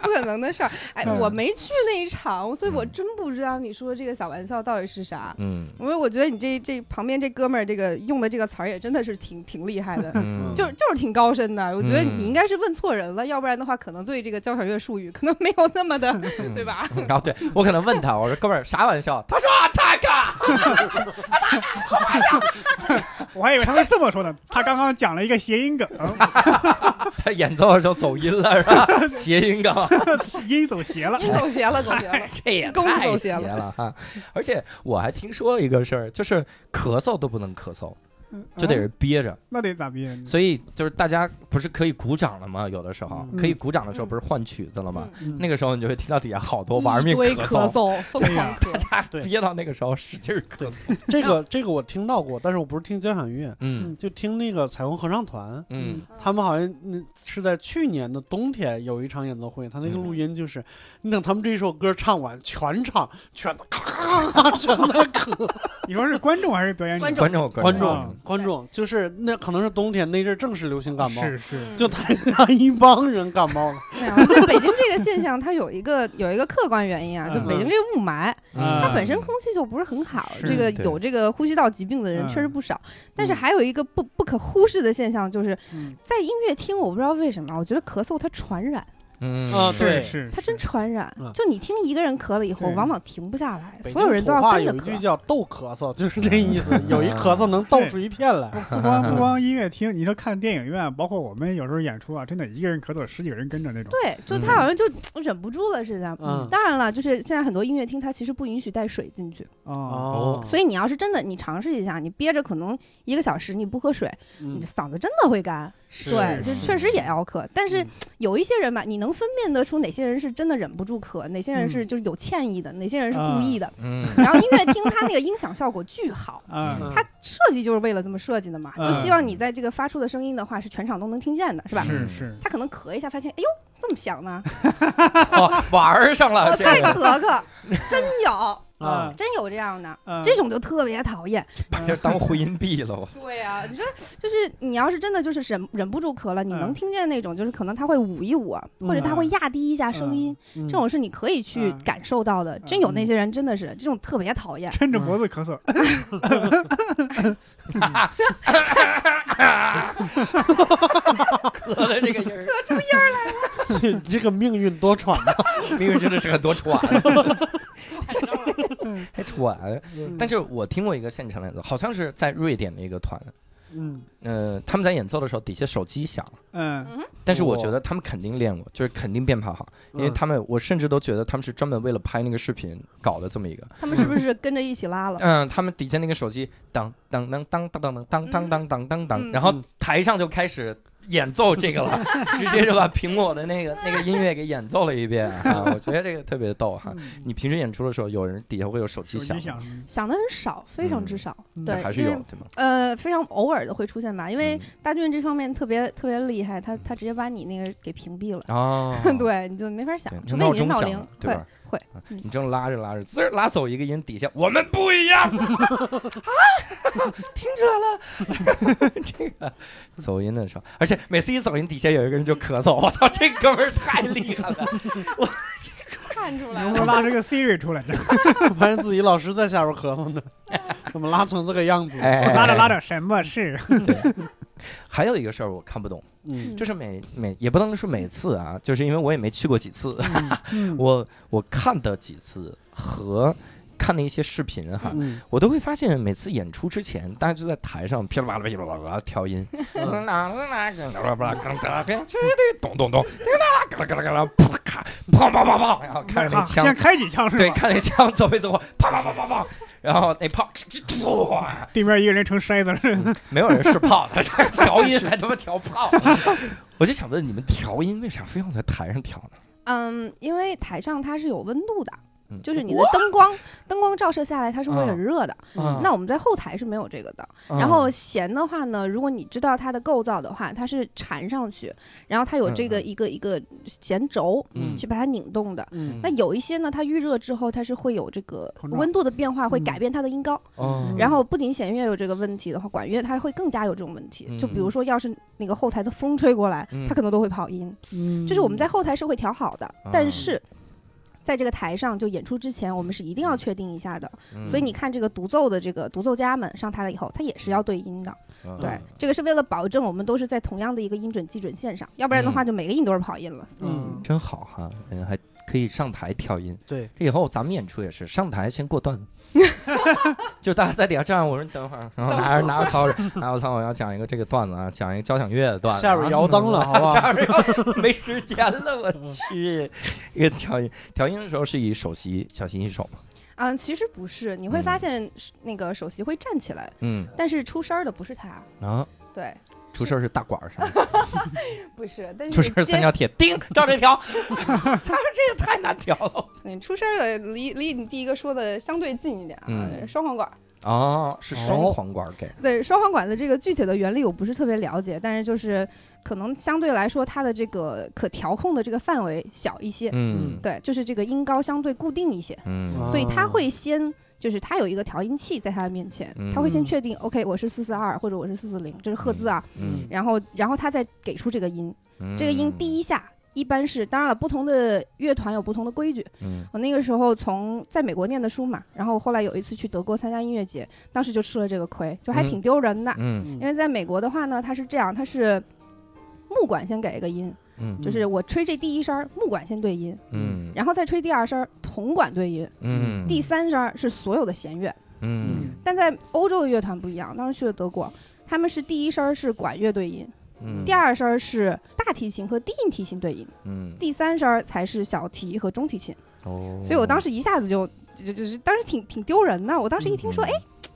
不可能的事儿。哎，嗯我没去那一场，所以我真不知道你说这个小玩笑到底是啥。嗯因为我觉得你这这旁边这哥们儿这个用的这个词儿也真的是挺挺厉害 的，嗯就就是挺高深的。我觉得嗯你应该是问错人了，要不然的话，可能对这个交响乐术语可能没有那么的，嗯对吧？然后对我可能问他，我说哥们儿啥玩笑？他说啊，他嘎，我还以为他会这么说呢。他刚刚讲了一个谐 音梗， 嗯他演奏的时候走音了是吧？谐音梗。音走邪 了。走邪了，走邪了。这也功夫太都邪邪了了哈！而且我还听说一个事儿，就是咳嗽都不能咳嗽，就得啊是憋着。那得咋编？所以就是大家不是可以鼓掌了吗？有的时候嗯可以鼓掌的时候，不是换曲子了吗？嗯那个时候你就会听到底下好多玩命一堆嗽，嗽，疯对呀狂咳。 大家对憋到那个时候使劲儿咳嗽。这个这个我听到过，但是我不是听交响乐，嗯就听那个彩虹合唱团，嗯他们好像嗯是在去年的冬天有一场演奏会，他那个嗯录音就是，你等他们这一首歌唱完，全场全都咔咔咔 全在咳，你说是观众还是表演者？观观众观众观众就是那可能是冬天那阵儿正是流行感冒，是是，就台上一帮人感 冒了，没有，我觉得北京这个现象，它有一个有一个客观原因啊，就嗯北京这个雾霾，嗯它本身空气就不是很好，是这个对有这个呼吸道疾病的人嗯确实不少。但是还有一个不不可忽视的现象，就是嗯在音乐厅，我不知道为什么，我觉得咳嗽它传染，嗯啊是对是，它真传染嗯。就你听一个人咳了以后，对往往停不下来，北所有京人土都要话跟着有一句咳。叫“逗咳嗽”，就是这意思，有一咳嗽能逗出一片来。不 光不光音乐厅，你说看电影院，包括我们有时候演出啊，真的一个人咳嗽，十几个人跟着那种。啊对，就他好像就忍不住了似的。嗯当然了，就是现在很多音乐厅它其实不允许带水进去，啊，，哦，所以你要是真的你尝试一下，你憋着可能一个小时你不喝水，你嗯嗓子真的会干。是对，就是确实也要咳，但是嗯有一些人吧，你能分辨得出哪些人是真的忍不住咳，哪些人嗯是就是有歉意的，哪些人是故啊意的。嗯然后音乐厅它那个音响效果巨 好啊，嗯它设计就是为了这么设计的嘛，就希望你在这个发出的声音的话是全场都能听见的，嗯是吧？是是，他可能咳一下，发现哎呦这么响呢，哦玩儿上 了我这再个，咳 咳，真有啊，真有这样的。嗯啊嗯这种就特别讨厌，把这当回音壁了我。对呀、你说就是你要是真的就是忍忍不住咳了，你嗯能听见那种，就是可能他会捂一捂，或者他嗯会压低一下声音，这这种是你可以去嗯，感受到的。真有嗯那些人真的是这种特别讨厌抻着脖子咳嗽，咳的这个音儿， 这你这个命运多舛啊呐！那个真的是很多喘，还喘。但是我听过一个现场演奏，好像是在瑞典的一个团，嗯呃，他们在演奏的时候，底下手机响了，嗯，但是我觉得他们肯定练过，就是肯定变怕好，因为他们我甚至都觉得他们是专门为了拍那个视频搞的这么一个。他们是不是跟着一起拉了？嗯，他们底下那个手机当当当当当当当当当当当当，然后台上就开始演奏这个 了，直接就把苹果的那个那个音乐给演奏了一遍啊！我觉得这个特别逗哈。啊嗯你平时演出的时候，有人底下会有手机手响机吗，响， 想的很少，非常之少。嗯对，还是因有为对吗？呃，非常偶尔的会出现吧，因为嗯大俊这方面特别特别厉害，他他直接把你那个给屏蔽了，，哦对，你就没法想对，除非闹你是钟闹响铃了，对会吧？会，啊嗯你正拉着拉着，滋儿拉走一个音，底下我们不一样啊，听出 来了，这个走音的时候，而且每次一走音，底下有一个人就咳嗽，我操，这哥们儿太厉害 了，看出来能不能了。拉出个 Siri 出来的？ 发现自己老师在下边咳嗽呢， 怎么拉成这个样子？哎，拉着拉着，什么是？还有一个事儿我看不懂，嗯就是每每也不能说每次啊，就是因为我也没去过几次，嗯我我看的几次和看的一些视频哈，嗯，我都会发现，每次演出之前，大家就在台上噼里啪啦噼里啪啦调音， 嗯噔啦噔啦噔啦噔啦噔啦噔，这这咚咚咚，叮啦啦嘎啦嘎啦嘎啦，咔砰砰砰砰，然后看着那啊先枪，开几枪是对，吧？看那枪走一走，啪啪啪啪啪，然后那炮，哇，对面一个人成筛子了，没有人是炮的， 调音还他妈调炮， 我就想问你们调音为啥非要在台上调呢？嗯，因为台上它是有温度的嗯。就是你的灯光，灯光照射下来，它是会很热的。啊那我们在后台是没有这个的。嗯然后弦的话呢，如果你知道它的构造的话，它是缠上去，然后它有这个嗯一个一个弦轴嗯去把它拧动的。嗯那有一些呢，它预热之后，它是会有这个膨胀温度的变化，嗯会改变它的音高。哦然后不仅弦乐有这个问题的话，管乐它会更加有这种问题。就比如嗯说，要是那个后台的风吹过来，嗯它可能都会跑音。嗯就是我们在后台是会调好的，啊但是。在这个台上，就演出之前，我们是一定嗯要确定一下的。所以你看，这个独奏的这个独奏家们上台了以后，他也是嗯要对音的。对，这个是为了保证我们都是在同样的一个音准基准线上，要不然的话，嗯就每个音都是跑音了。嗯，真好哈，嗯，还可以上台调音。对，以后咱们演出也是上台先过 段子，就大家在底下站着，我说你等会儿，然后拿着拿着草纸，拿着草纸我要讲一个这个段子啊，讲一个交响乐的段子啊。下边摇灯了，好不 好？下边摇没时间了，我去。一个调音调音的时候是以首席小提琴手嘛，嗯，其实不是，你会发现是那个首席会站起来，嗯，但是出声儿的不是他，然后对，出事儿是大管儿是吧？ 不是，但出事儿三角铁，叮，照这条。他说这个太难调哦了。嗯你出声儿了，离离你第一个说的相对近一点啊，嗯双簧管儿。哦，是双簧管儿给的。对双簧管的这个具体的原理我不是特别了解，但是就是可能相对来说它的这个可调控的这个范围小一些，嗯对，就是这个音高相对固定一些，嗯啊所以它会先。就是它有一个调音器在它的面前，嗯它会先确定，OK，我是四四二或者我是四四零，这是赫兹啊，嗯然后然后它再给出这个音，嗯，这个音第一下一般是，当然了，不同的乐团有不同的规矩，嗯，我那个时候从在美国念的书嘛，然后后来有一次去德国参加音乐节，当时就吃了这个亏，就还嗯挺丢人的。嗯因为在美国的话呢，它是这样，它是木管先给一个音，嗯就是我吹这第一声儿，木管先对音，嗯然后再吹第二声儿，铜管对音，嗯，第三声儿是所有的弦乐。嗯但在欧洲的乐团不一样，当时去了德国，他们是第一声儿是管乐对音，嗯，第二声儿是大提琴和低音提琴对音，嗯，第三声儿才是小提和中提琴。哦，所以我当时一下子就就就是当时挺挺丢人的。我当时一听嗯说，哎，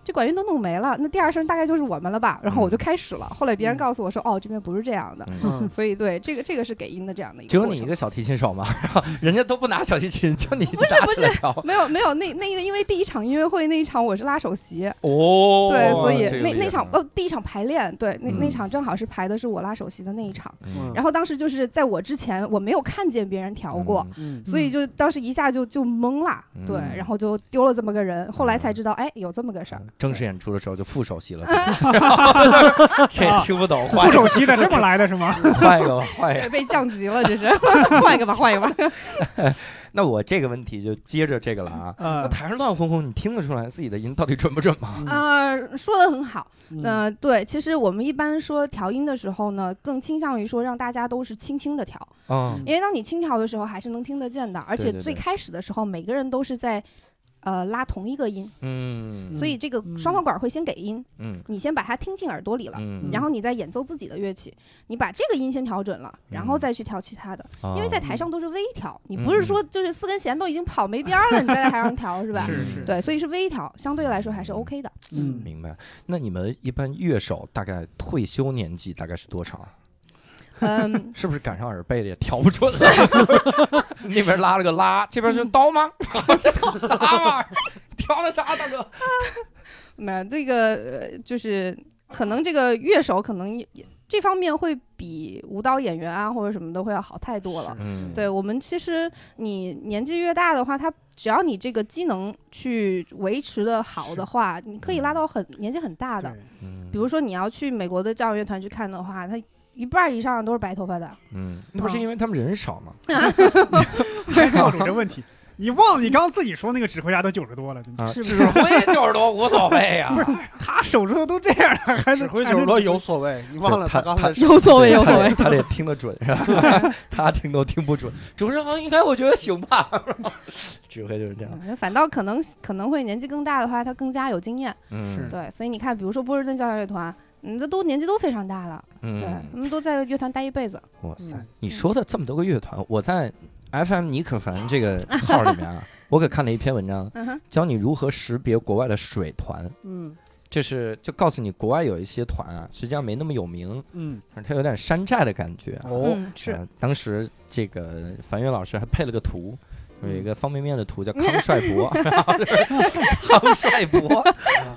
这管乐都弄没了，那第二声大概就是我们了吧？然嗯后我就开始了。后来别人告诉我说，哦，这边不是这样的。嗯所以对这个这个是给音的这样的一只个有过你程。一个小提琴手嘛， 然后人家都不拿小提琴，就你拿起来调没有没有，那那个因为第一场音乐会那一场我是拉首席， 哦，对，所以这个那厉害那场了哦第一场排练，对那、那嗯场正好是排的是我拉首席的那一场。嗯然后当时就是在我之前我没有看见别人调过，嗯所以就当时一下就就懵了，对，嗯然后就丢了这么个人。后来才知道，哎，有这么个事儿嗯。正式演出的时候就副首席 了， 然后这也听不懂，换一 副个首席的这么来的是 吗？换一个吧，换一个。对，被降级了，这 是换一个吧，换一个吧。那我这个问题就接着这个了啊。那呃，台上乱哄哄，你听得出来自己的音到底准不准 吗？呃，说的很好。嗯呃，对，其实我们一般说调音的时候呢，更倾向于说让大家都是轻轻的调，嗯因为当你轻调的时候，还是能听得见的，而对且对最对开始的时候，每个人都是在呃拉同一个音，嗯所以这个双簧管会先给音，嗯你先把它听进耳朵里了。嗯，然后你再演奏自己的乐器，你把这个音先调准了，然嗯后再去调其他的，哦因为在台上都是微调，你不是嗯说就是四根弦都已经跑没边儿了，你再在台上调是吧？是嗯是，对，所以是微调，相对来说还是 OK 的。嗯，明白。那你们一般乐手大概退休年纪大概是多长？嗯，是不是赶上耳背了也调不准了？ 那边拉了个拉，这边是 刀吗？这拉吗？调的啥，大嗯哥？那这个呃，就是可能这个乐手可能也也这方面会比舞蹈演员啊或者什么的会要好太多了。嗯，对我们其实你年纪越大的话，他只要你这个机能去维持的好的话，你可以拉到很年纪很大的。对嗯，比如说你要去美国的交响乐团去看的话，他一半儿以上都是白头发的。嗯，那不是因为他们人少吗？还照你的问题，你忘了你刚刚自己说那个指挥家都九十多了，真的啊，是指不挥九十多无所谓啊呀。他手指头都这样了，还指是挥九十多有所谓，你忘了他刚才有所谓，有他所谓得。他得听得准是 吧？他听都听不准，主持人好像应该我觉得行吧。指挥就是这样，嗯反倒可能可能会年纪更大的话，他更加有经验。嗯，对，所以你看，比如说波士顿交响乐团，嗯，这都年纪都非常大了，对，他嗯，哦们都在乐团待一辈子。哇塞嗯，你说的这么多个乐团，我在 FM 尼可凡这个号里面啊，我可看了一篇文章，嗯哼，教你如何识别国外的水团。嗯这是就告诉你，国外有一些团啊，实际上没那么有名，嗯但是它有点山寨的感觉啊。哦嗯，是呃当时这个樊月老师还配了个图，有一个方便面的图叫康帅伯，康帅伯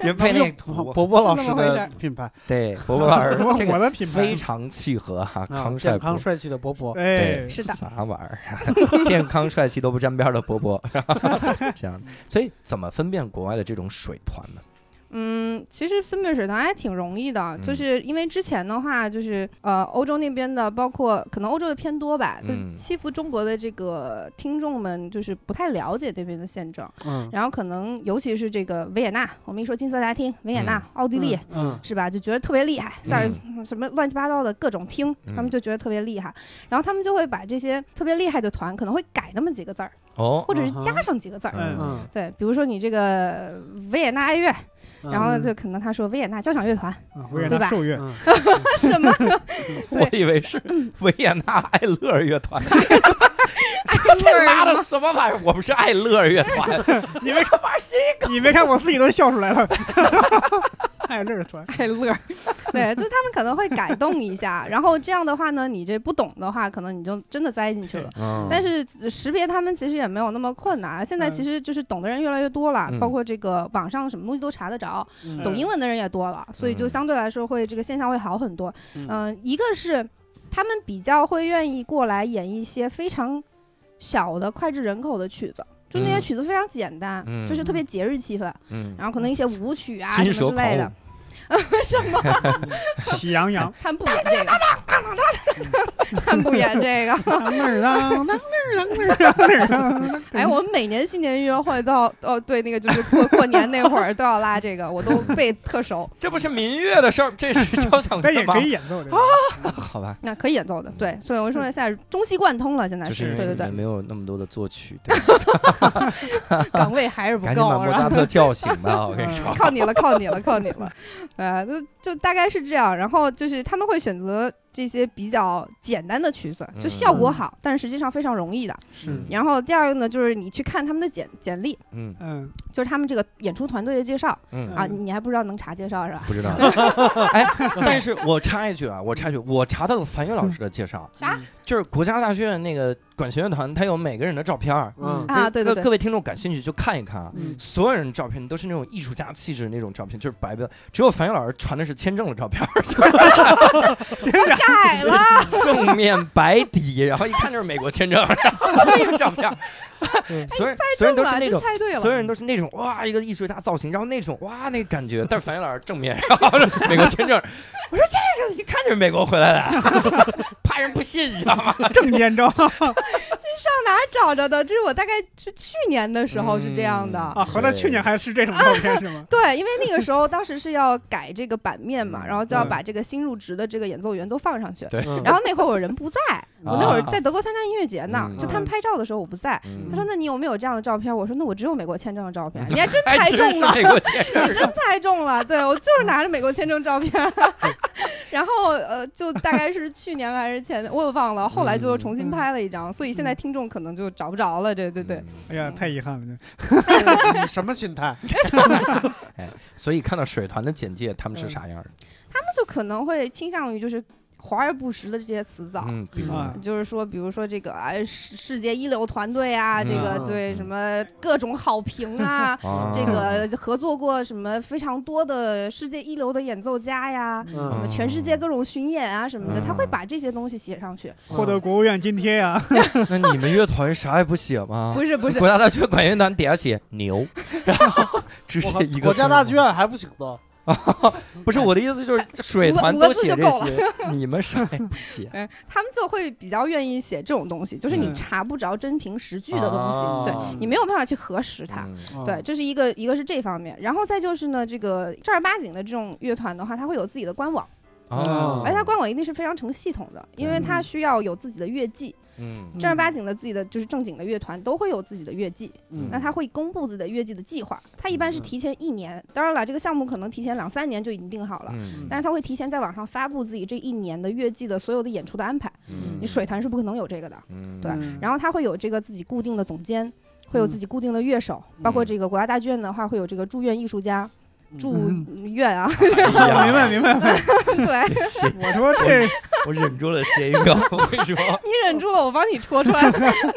也配那个图，伯伯老是师那么回事的儿品牌，对，伯伯老师我这我个的品牌非，常契合哈，啊康帅伯健康。帅气的伯伯，哎对，是的，啥玩意儿？啊健康帅气都不沾边的伯伯，这样的。所以怎么分辨国外的这种水团呢？嗯，其实分辨水团还挺容易的，就嗯是因为之前的话，就是呃，欧洲那边的，包括可能欧洲的偏多吧，就嗯欺负中国的这个听众们，就是不太了解那边的现状，嗯，然后可能尤其是这个维也纳，我们一说金色大厅，维也纳、奥地利，嗯，是吧？就觉得特别厉害，萨尔什么乱七八糟的各种听，他们嗯就觉得特别厉害，然后他们就会把这些特别厉害的团可能会改那么几个字儿，哦，或者是嗯哼加上几个字儿。嗯嗯，对，比如说你这个维也纳爱乐，嗯然后就可能他说维也纳交响乐团，啊维也对吧纳受 乐，嗯什么我以为是维也纳爱乐乐团，乐这儿妈的什么玩意儿？我们是爱乐乐团，你没看玩新你没看我自己都笑出来了， 爱乐团，爱乐儿， 对，就他们可能会改动一下，然后这样的话呢，你这不懂的话，可能你就真的栽进去了。嗯但是识别他们其实也没有那么困难，现在嗯其实就是懂的人越来越多了，嗯包括这个网上什么东西都查得着，嗯懂英文的人也多了，所以就嗯相对来说会这个现象会好很多。嗯嗯、一个是他们比较会愿意过来演一些非常小的脍炙人口的曲子。就那些嗯曲子非常简单，嗯就是特别节日气氛，嗯，然后可能一些舞曲啊金什蛇么之类狂的舞，，什么喜羊羊，他们不演这个，他们不演这 个。那儿啊，那儿啊，那儿啊，那儿啊，哎，我们每年新年音乐会都要，哦，对，那个就是过过年那会儿都要拉这个，我都背特熟。这不是民乐的事儿，这是交响但也乐吗可？以演奏的， 好吧，那可以演奏的，对，所以我说现在中西贯通了，现在就是因啊是为对对你们对，没有那么多的作曲，对岗位还是不赶紧把够，莫是吧？扎特叫醒吧，我跟你说。 靠你了，靠你了，靠你了，啊呃，那就大概是这样。然后就是他们会选择这些比较简单的曲子，嗯就效果好，但是实际上非常容易的。是，然后第二个呢，就是你去看他们的简简历，嗯嗯，就是他们这个演出团队的介绍嗯，啊，嗯你还不知道能查介绍是吧？ 不知道。哎，但是我插一句啊，我插一句，我查到了樊宇老师的介绍，嗯啥就是国家大剧院那个管弦乐团，它有每个人的照片儿嗯啊对对各对各位听众感兴趣就看一看啊。 嗯所有人的照片都是那种艺术家气质那种照片，就是白的。只有樊宇老师传的是签证的照片，改 了，正面白底，然后一看就是美国签证， 然后那个照片儿。所有人所有人都是那这种，猜对了所，有人都是那种哇，一个艺术家造型，然后那种哇那个感觉。但是樊宇老师正面，然 后是美国签证，我说 嗯这个一看就是美国回来的，怕人不信，你知道吗？证件照，上哪儿找着的？这是我大概是去年的时候是这样的。嗯啊，合着去年还是这种照片是吗？ 对，因为那个时候当时是要改这个版面嘛，然后就要嗯把这个新入职的这个演奏员都放上去。对嗯然后那会儿我人不在，我那会儿啊在德国参加音乐节呢啊嗯，就他们拍照的时候我不在。嗯他说：“那你有没有这样的照片？”我说：“那我只有美国签证的照 片。”你还真还猜中真是了， 美国见你真猜中了。对我就是拿着美国签证照 片， 然后呃，就大概是去年还是前，我也忘了。后来嗯就重新拍了一张，所以现在听众可能就找不着了。对对对，嗯哎呀，太遗憾了，你什么心态？所以看到水团的简介，他嗯们是啥样的？他们就可能会倾向于就是华而不实的这些词藻。嗯，比如啊呢，就是说，比如说这个啊，世世界一流团队啊，这个嗯对什么各种好评啊，啊这个合作过什么非常多的世界一流的演奏家呀，什嗯，么全世界各种巡演啊什么的，嗯他会把这些东西写上去。获得国务院津贴呀，那你们乐团啥也不写吗？不是不是，国家大剧院管乐团底下写牛， 然后只写我一个国家大剧院还不行吗？不是我的意思，就是水团五个都五个字就写这够了。些，你们啥也不写嗯，他们就会比较愿意写这种东西，就是你嗯查不着真凭实据的东西，啊对你没有办法去核实它。嗯对，这是一个一个是这方面，然后再就是呢，这个正儿八经的这种乐团的话，它会有自己的官网，哦，而且它官网一定是非常成系统的，因为它需要有自己的乐季，嗯正儿八经的自己的就是正经的乐团都会有自己的乐季，嗯那他会公布自己的乐季的计划，他一般嗯是提前一年，当然了，这个项目可能提前两三年就已经定好了，嗯但是他会提前在网上发布自己这一年的乐季的所有的演出的安排，嗯你水团是不可能有这个的，嗯对嗯然后他会有这个自己固定的总监，会有自己固定的乐手，包嗯括这个国家大剧院的话，会有这个驻院艺术家。 驻院啊， 哎呀明白明白。对我说这我忍住了谐音 梗，我跟你说，你忍住了，我帮你戳穿。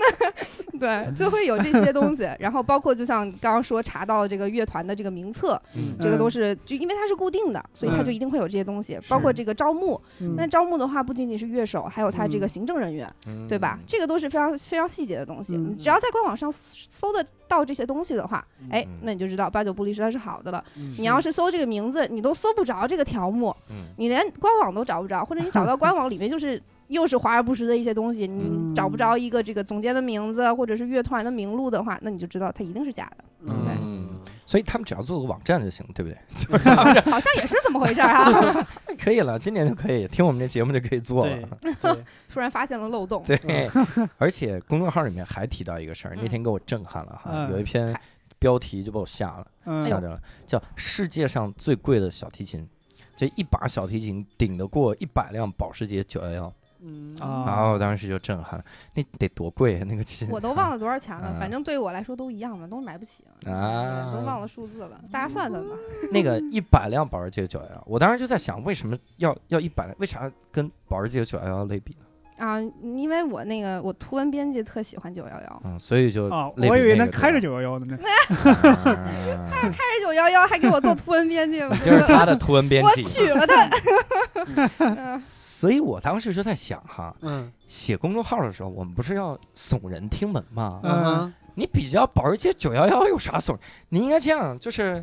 对，就会有这些东西，然后包括就像刚刚说查到的这个乐团的这个名册，嗯这个都是就因为它是固定的，所以它就一定会有这些东西，包括这个招募。嗯那招募的话，不仅仅是乐手，还有他这个行政人员，对嗯吧？这个都是非常非常细节的东西。嗯你只要在官网上搜得到这些东西的话，哎嗯，那你就知道八九不离十它是好的了。你你要是搜这个名字，你都搜不着这个条目，嗯你连官网都找不着，或者你找到官网里面就是。又是华而不实的一些东西，你找不着一个这个总监的名字或者是乐团的名录的话，那你就知道它一定是假的，嗯，所以他们只要做个网站就行，对不对？好像也是这么回事儿啊！ 可以了，今年就可以听我们这节目就可以做对了。对，突然发现了漏洞，对， 而且公众号里面还提到一个事儿，那嗯天给我震撼了哈，嗯有一篇标题就把我吓了，哎嗯吓着了，叫“世界上最贵的小提琴”，这一把小提琴顶得过一百辆保时捷911。嗯然啊，后我当时就震撼了，那得多贵啊那个琴，哦我都忘了多少钱了，嗯反正对我来说都一样嘛，都买不起，啊都忘了数字了，大家算算吧。那个嗯一百辆保时捷911，我当时就在想，为什么要要一百？为啥跟保时捷911类比呢？啊，因为我那个我图文编辑特喜欢九幺幺，嗯，所以就啊，类比我以为那能个开着对九幺幺的呢。吧啊开着九幺幺还给我做图文编辑，我 就觉是得他的图文编 我辑。娶了 她。嗯所以我当时就在想哈，嗯写公众号的时候，我们不是要耸人听闻吗？嗯嗯你比较保时捷911有啥耸？你应该这样，就是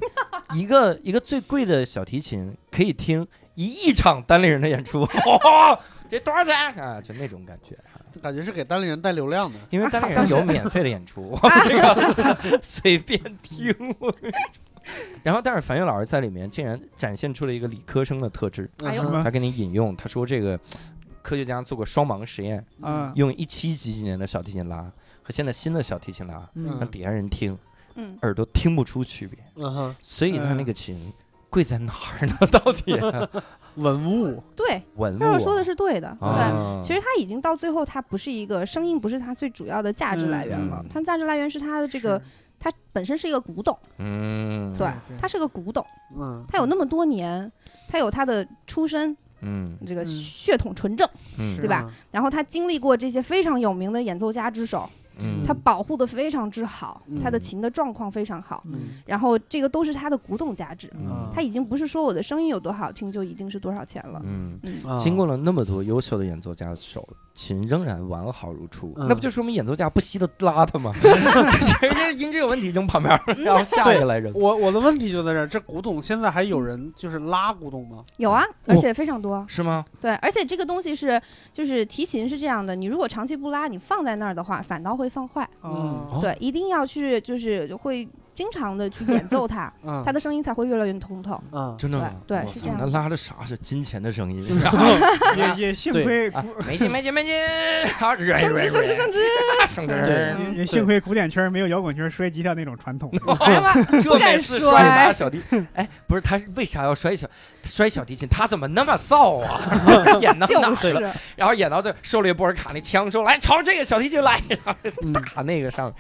一个一个最贵的小提琴可以听一亿场单立人的演出， 哦、这多少钱啊？就那种感觉。哼，感觉是给单立人带流量的。因为啊单好立人像有是免费的 演出，我们这个随便听。 我跟你说然后，但是樊月老师在里面竟然展现出了一个理科生的特质，哎呦嗯哼他给你引用，他说这个科学家做过双盲实验，啊，用一七几几年的小提琴拉和现在新的小提琴拉，让嗯嗯底下人听，嗯，耳朵听不出区别，嗯哼，所以他那嗯个琴贵在哪儿呢？ 到底文物对，文物肉啊肉说的是对的，对。啊，其实它已经到最后，它不是一个声音，不是它最主要的价值来源了嗯。它价值来源是它的这个，它本身是一个古董，嗯，对对，它是个古董，嗯它有那么多年，它有它的出身，嗯这个嗯血统纯正，嗯，对吧？然后它经历过这些非常有名的演奏家之手，嗯，它保护的非常之好，它的嗯琴的状况非常好，嗯然后这个都是它的古董价值。嗯它已经不是说我的声音有多好听就一定是多少钱了。嗯。嗯，嗯经过了那么多优秀的演奏家的手琴仍然完好如初，嗯那不就说明演奏家不惜的邋遢吗？ 就是人家音质有问题扔旁边儿， 然后下一个来扔。我我的问题就在这儿，这古董现在还有人就是拉古董吗？有哦啊，而且非常多。是吗？对，而且这个东西是，就是提琴是这样的，你如果长期不拉，你放在那儿的话，反倒会放坏。哦哦对，一定要去，就是会经常的去演奏 它，嗯它的声音才会越来越通透。嗯，真的吗？对对我是操这样那拉的啥是金钱的声音？也也幸亏古没劲没劲没劲！升职升职升升职，升对职！ 也嗯也幸亏古典圈没有摇滚圈摔吉他那种传统。哎呀妈，这每敢次摔摔一把小提，哎，不是他为啥要摔小摔小提琴？他怎么那么燥啊？ 演到哪就儿了？是然后演到这受了一波尔卡那枪说来朝着这个小提琴来，嗯打那个上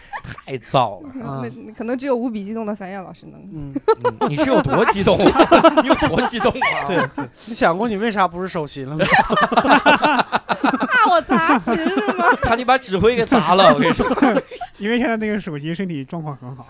太燥了。啊那那可能只有无比激动的樊月老师能。嗯，嗯 你是有多激动啊？ 你有多激动啊？ 对，对你想过你为啥不是首席了吗？ 怕我砸 琴是吗？怕你把指挥给砸了，我跟你说。因为现在那个首席身体状况很好。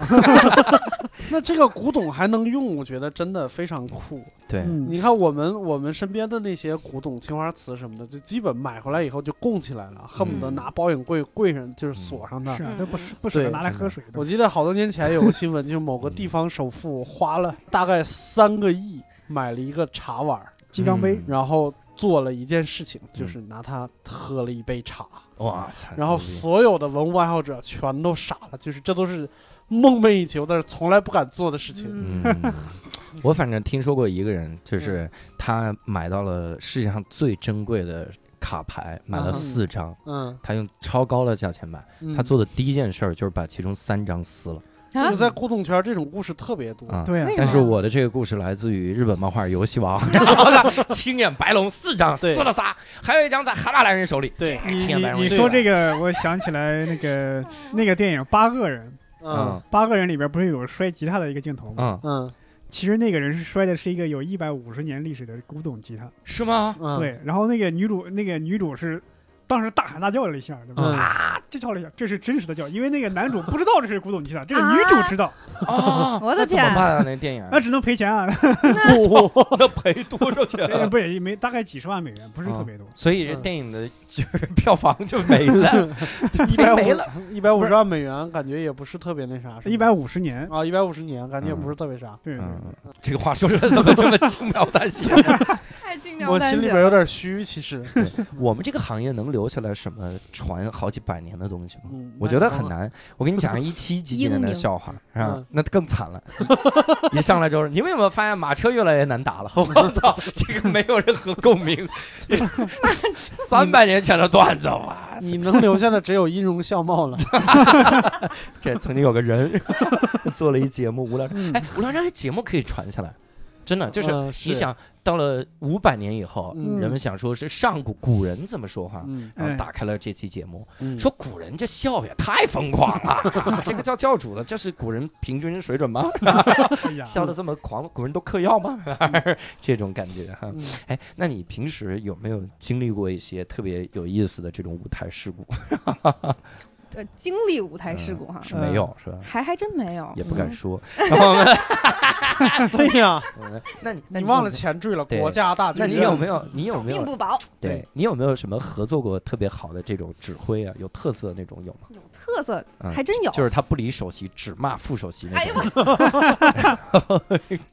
那这个古董还能用，我觉得真的非常酷。 对嗯嗯你看我们我们身边的那些古董、青花瓷什么的，就基本买回来以后就供起来了，恨不得嗯拿保险柜柜上就是锁上它是。啊，嗯都不舍不舍得对拿来喝水我的。记得好多年前有个新闻，就是某个地方首富花了大概三个亿买了一个茶碗儿，鸡缸杯嗯然后做了一件事情，就是拿它喝了一杯茶，哇塞！然后所有的文物爱好者全都傻了，就是这都是梦寐以求但是从来不敢做的事情。嗯， 我反正听说过一个人，就是他买到了世界上最珍贵的卡牌，买了嗯四张，嗯，他用超高的价钱买。嗯他做的第一件事儿就是把其中三张撕了我们在古董圈这种故事特别多。啊。对啊为，但啥是我的这个故事来自于日本漫画《游戏王》， 然后呢，青眼白龙四张撕对了仨，还有一张在蛤蟆男人手里。对，哎你青眼白你龙你一张，说这个，我想起来那个那个电影《八个人》，啊嗯八个人里边不是有摔吉他的一个镜头吗？嗯，嗯其实那个人是摔的是一个有一百五十年历史的古董吉他。是吗？嗯，对，然后那个女主那个女主是。当时大喊大叫了一下，对吧？嗯啊，就叫了一下，这是真实的叫，因为那个男主不知道这是古董吉他，这个女主知道，哦，我的怎么天，办啊？那电 影那只能赔钱啊，呃那赔多少钱啊？不也没大概几十万美元，不是特别多。 所以这嗯电影的就是 票房就没了，一没 百没五了。一百五十万美元，感觉也不是特别那啥，是吧一百五十年，啊，一百五十年，感觉也不是特别啥。对，对嗯，这个话说出来怎么这么轻描淡写？太轻描我淡心里写边了。有啊点虚，其实。我们这个行业能留下来什么传好几百年的东西吗？嗯我觉得很。难。我跟你讲一七几几年的笑话是吧嗯？那更惨了。 一上来就是，你们有没有发现马车越来越难打了？ 我操，这个没有任何共鸣。三百年前的段子，哇！你能留下的只有音容笑貌了。这曾经有个人 做了一节目，无聊嗯哎，无聊斋节目可以传下来，真的 就是嗯你，想到了五百年以后，嗯人们想说是上古古人怎么说话，嗯然哎后打开了这期节目，嗯，说古人这笑也太疯狂 了，这个叫教主了，这是古人平均水准嗯吗？哎呀，笑的这么狂，古人都嗑药吗？ 这种感觉哈。嗯哎，那你平时有没有经历过一些特别有意思的这种舞台事故？呃，经历舞台事故哈，嗯是没有是吧？还还真没有，也不敢嗯。说。然后呢对呀，嗯 那你那你你忘有了钱坠了，对国家大剧那院。你有没有？你有没命有？不保，对你有没有什么合作过特别好的这种指挥啊？有特色的那种有吗？有特色嗯还真有。就是他不理首席，只骂副首席那哎呦种。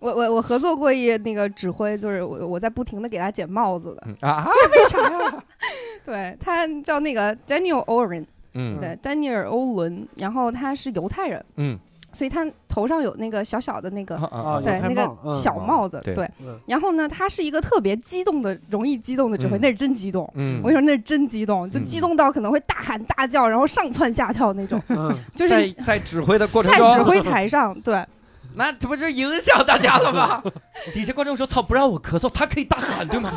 我我我合作过一那个指挥，就是我我在不停的给他剪帽子的，嗯啊，对他叫那个 Daniel Oren，嗯对 Daniel 欧伦，然后他是犹太人，嗯所以他头上有那个小小的那个啊啊犹对太那帽个嗯小帽子，对对嗯。然后呢，他是一个特别激动的，容易激动的指挥，嗯那是真激动。嗯我跟你说，那是真激动，就嗯激动到可能会大喊大叫，然后上蹿下跳那种， 嗯， 就是在在指挥的过程在中，指挥台上，对，那这不是影响大家 了吗？底下观众说：“操，不让我咳嗽，他可以大喊，对吗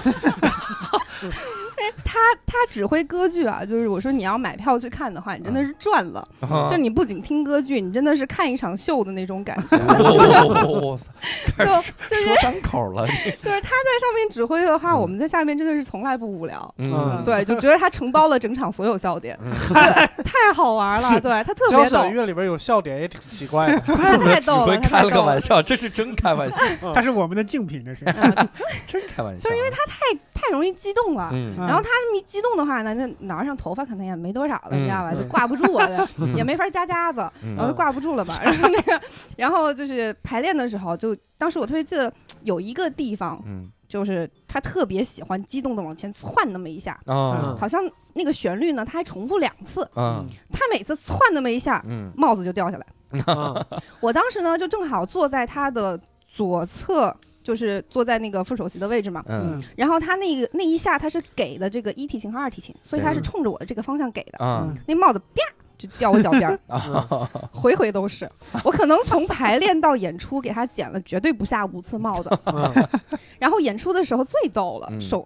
他他指挥歌剧啊，就是我说你要买票去看的话，你真嗯的是赚了。？”啊就你不仅听歌剧，你真的是看一场秀的那种感 嗯觉。我 就就是说单口了， 就是他在上面指挥的话，嗯我们在下面真的是从来不无聊。嗯，对，就觉得他承包了整场所有笑点，嗯 对太好玩了。对他特交别响逗，乐里边有笑点也挺奇 怪的。太 指逗挥了，开太了逗个了玩。笑，这是真开玩笑，它是我们的竞品，这是。真开玩笑，就是因为他太太容易激动了。嗯嗯然后他这么一激动的话呢，那脑上头发可能也没多少了，你知道吧？嗯就挂不住 了，嗯也没法夹夹子，嗯然呃后就挂不住了嘛。 然后那个，然后就是排练的时候，就当时我特别记得有一个地方，嗯就是他特别喜欢激动的往前窜那么一下，啊好像那个旋律呢，他还重复两次，啊他每次窜那么一下，嗯帽子就掉下来。啊我当时呢，就正好坐在他的左侧。就是坐在那个副首席的位置嘛，嗯然后他那个那一下他是给的这个一提琴和二提琴，所以他对是冲着我的这个方向给的。啊，嗯那帽子啪就掉我脚边儿 啊回回都是。我可能从排练到演出给他剪了绝对不下五次帽 子。嗯然后演出的时候最逗了，嗯首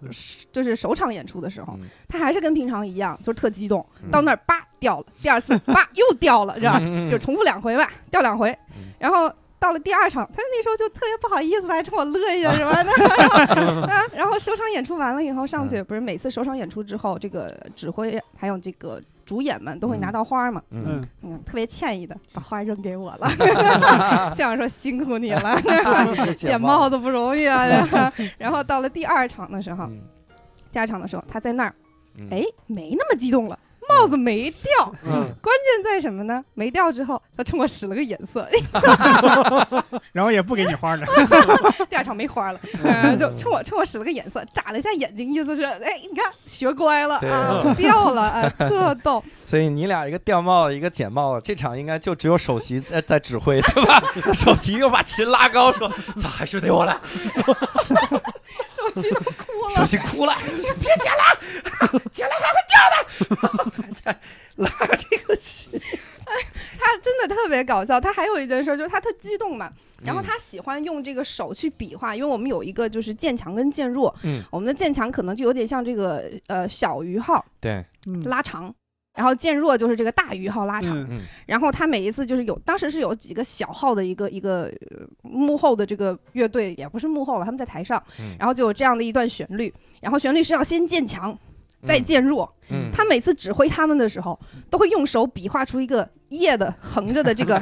就是首场演出的时候嗯，他还是跟平常一样，就是特激动嗯，到那儿叭掉了，第二次叭又掉了，是吧？就重复两回吧，掉两回嗯，然后。到了第二场，他那时候就特别不好意思，还冲我乐 一下什么的。 然后啊然后首场演出完了以后上嗯去，不是每次首场演出之后，这个指挥还有这个主演们都会拿到花儿嘛，嗯嗯，特别歉意的把花扔给我了， 这样说辛苦你了， 嗯捡帽子不容易 啊。 然后到了第二场的时候，嗯第二场的时候他在那儿，嗯哎，没那么激动了。帽子没掉，嗯现在什么呢？没掉之后，他冲我使了个眼色，然后也不给你花了。第二场没花了，嗯，就冲我冲我使了个眼色，眨了一下眼睛，意思是，哎，你看学乖了啊，不掉了啊，特逗。所以你俩一个掉帽子，一个捡帽子，这场应该就只有首席在在指挥，对吧？ 首席又把琴拉高，说：“咋还是得我 来首席都哭？”首了，席哭了，别捡了，捡了还会掉的，还在拉这个琴。 他真的特别搞笑。他还有一件事，就是他特激动嘛，嗯然后他喜欢用这个手去比划，因为我们有一个就是渐强跟渐弱，嗯，我们的渐强可能就有点像这个呃小鱼号对，嗯拉长。然后渐弱就是这个大鱼号拉长，嗯然后他每一次就是有，当时是有几个小号的一个一个呃幕后的这个乐队，也不是幕后了，他们在台上，嗯然后就有这样的一段旋律，然后旋律是要先渐强，再渐弱，嗯他每次指挥他们的时候，都会用手比划出一个叶的横着的这 个，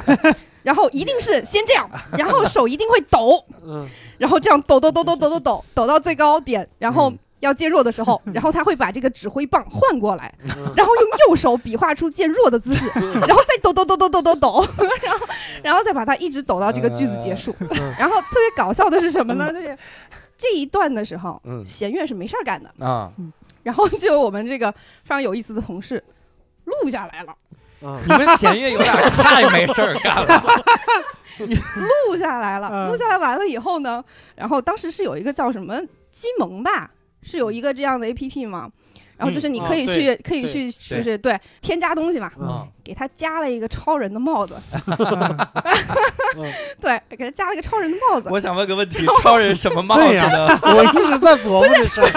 然后一定是先这样，然后手一定会抖， 嗯然后这样抖抖抖抖抖抖抖抖到最高点，然后嗯要渐弱的时候，然后他会把这个指挥棒换过来，嗯然后用右手比划出渐弱的姿势，然后再抖抖抖抖抖抖抖，然后然后再把它一直抖到这个句子结束。然后特别搞笑的是什么呢？就是这一段的时候，嗯弦乐是没事儿干的。啊，然后就有我们这个非常有意思的同事录下来了，嗯你们弦乐有点太没事儿干 了。录下来了，嗯录下来完了以后呢，然后当时是有一个叫什么鸡萌吧，是有一个这样的 A P P 嘛，然后就是你可以嗯啊去，可以去，对就是对添加东西嘛，嗯给他加了一个超人的帽子， 对，给他加了一个超人的帽子，我想问个问 题：超人什么帽子对呀呢？我一直在琢磨这事儿。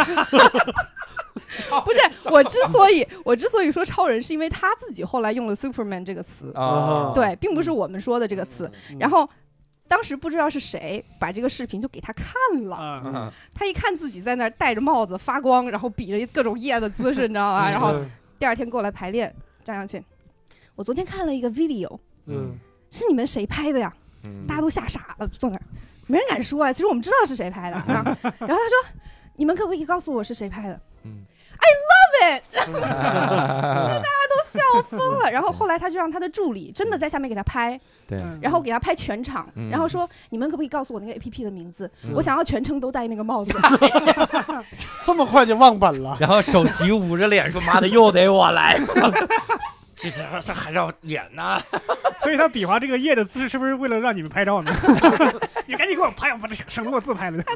不是我之所以我之所以说超人，是因为他自己后来用了 Superman 这个哦词，啊，对，并嗯不是我们说的这个词，然后。当时不知道是谁把这个视频就给他看了，啊嗯，他一看自己在那儿戴着帽子发光，然后比着各种叶的姿势，你知道吧？然后嗯第二天过来排练，站上去。我昨天看了一个 video，嗯是你们谁拍的呀？嗯大家都吓傻了，坐那儿，没人敢说啊。其实我们知道是谁拍的，然后 然后他说：“你们可不可以告诉我是谁拍的？”嗯 I love it，笑疯了。然后后来他就让他的助理真的在下面给他拍，对嗯然后给他拍全场，嗯然后说：“你们可不可以告诉我那个 A P P 的名字？嗯我想要全程都戴那个帽子。”这么快就忘本了。然后首席捂着脸说：“妈的，又得我来。” 这这这还让我演呢？ 所以他比划这个夜的姿势，是不是为了让你们拍照呢？你赶紧给我拍，我把这省得我自拍了。太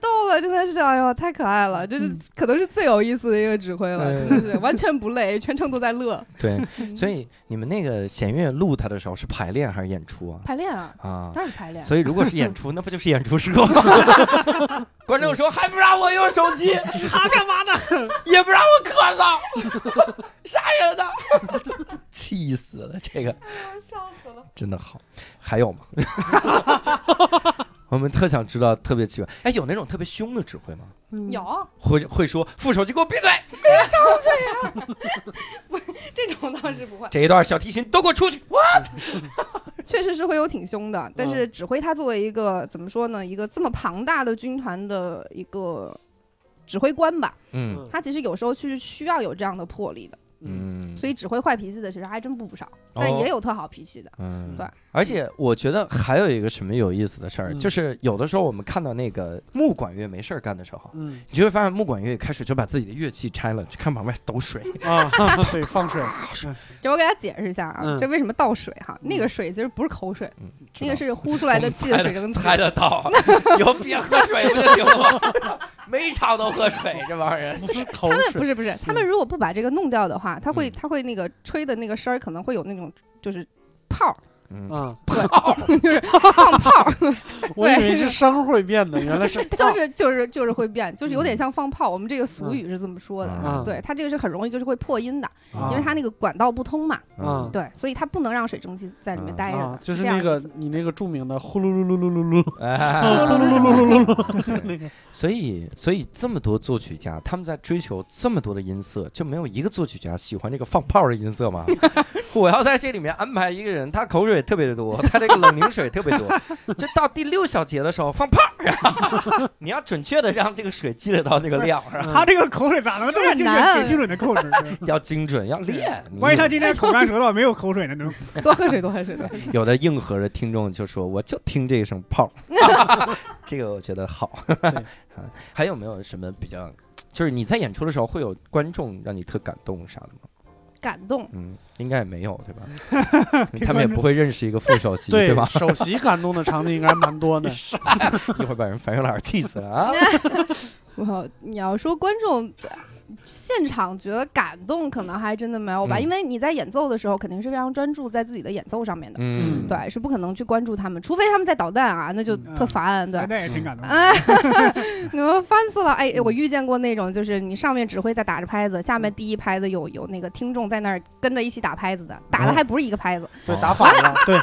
逗了，真的是，哎呦，太可爱了，这是可能是最有意思的一个指挥了，嗯真的是完全不累，全程都在乐。 对，所以你们那个弦乐录它的时候是排练还是演出啊？排练啊，啊，当然排练。所以如果是演出，那不就是演出时光吗？ 观众说还不让我用手机，他干嘛呢？也不让我咳嗽，吓人的， 哎气死了！这个笑死了。真的好，还有吗？ 我们特想知道，特别奇怪。哎，有那种特别凶的指挥吗？有会会说副手机给我闭嘴，这种倒是不会，这一段小提琴都给我出去。哇，确实是会有挺凶的，但嗯是指挥他作为一个怎么说呢，一个这么庞大的军团的一个指挥官吧，嗯他其实有时候去需要有这样的魄力的，嗯，所以指挥坏脾气的其实还真不少，哦但也有特好脾气的。嗯，对。而且我觉得还有一个什么有意思的事儿，嗯就是有的时候我们看到那个木管乐没事儿干的时候，嗯你就会发现木管乐开始就把自己的乐器拆了，去看旁边 抖水。啊，对，放水，这我给大家解释一下啊，嗯这为什么倒水哈？那嗯个水其实不是口水，那个是呼出来的气的水蒸气。猜得 到，以后别喝水不就行了 吗？每场都喝水，这帮人。不是口他们不水，是嗯不是，他们如果不把这个弄掉的话，他会他会那个吹的那个声儿可能会有那种就是泡儿，嗯啊，就是放 泡儿，我以为是声会变的，原来是 就是就是就是会变，就是有点像放炮。我们这个俗语是这么说的，啊，对，它这个是很容易就是会破音的，啊，因为它那个管道不通嘛，嗯啊对，所以它不能让水蒸气在里面待着啊的，，就哎是这样那个意思 你那个著名的呼噜噜噜噜噜噜，哎噜噜噜噜噜噜，嗯 那个所以，所以这么多作曲家，他们在追求这么多的音色，就没有一个作曲家喜欢这个放炮的音色吗？我要在这里面安排一个人，他口水特别的多，他这个冷凝水特别多，就到第六小节的时候放炮，然后你要准确的让这个水积累到那个量，然后他这个口水咋能这么精有点难准、精准的口水？ 要精准，要练。万一他今天口干舌燥没有口水呢？能多喝水，多喝水，多喝 水有的硬核的听众就说，我就听这一声炮，这个我觉得好。 啊还有没有什么比较，就是你在演出的时候会有观众让你特感动啥的吗？感动。嗯，应该也没有对吧？听他们也观众不会认识一个副首 席对？吧首席感动的场景应该蛮 多的，一会儿把人樊云老师气死了啊！我你要说观众。呃现场觉得感动，可能还真的没有吧，嗯因为你在演奏的时候，肯定是非常专注在自己的演奏上面的。嗯，对，是不可能去关注他们，除非他们在捣蛋啊，那就嗯特烦。对，那也挺感动的。哎， 你们烦死了！哎，我遇见过那种，就是你上面指挥在打着拍子，下面第一拍子有有那个听众在那儿跟着一起打拍子的，打的还不是一个拍子，对，打反了， 对，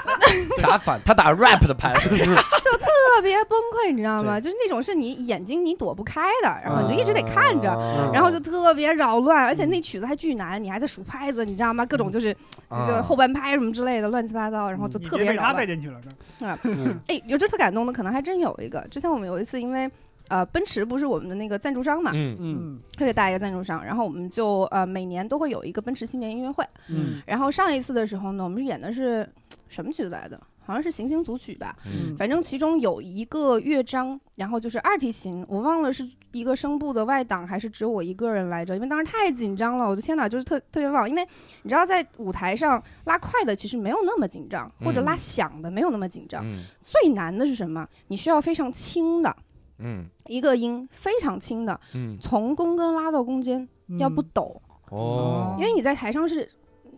打反他打 rap 的牌子，特别崩溃，你知道吗？就是那种是你眼睛你躲不开的，然后啊你就一直得看着。啊然后就特别扰乱，而且那曲子还巨难，你还在数拍子，你知道吗？各种就是这啊个后半拍什么之类的，乱七八糟，然后就你特别别被扰他乱。带进去了。嗯哎，有这特感动的，可能还真有一个。之前我们有一次，因为呃，奔驰不是我们的那个赞助商嘛，嗯嗯特别大一个赞助商，然后我们就呃每年都会有一个奔驰新年音乐会。嗯然后上一次的时候呢，我们是演的是什么曲子来的？好像是行星组曲吧，嗯反正其中有一个乐章，然后就是二提琴，我忘了是一个声部的外档还是只有我一个人来着，因为当时太紧张了，我的天哪，就是特特别忘，因为你知道在舞台上拉快的其实没有那么紧张，或者拉响的没有那么紧张，嗯最难的是什么？你需要非常轻的嗯一个音，非常轻的，嗯从弓根拉到弓尖，嗯要不抖，哦因，为你在台上是。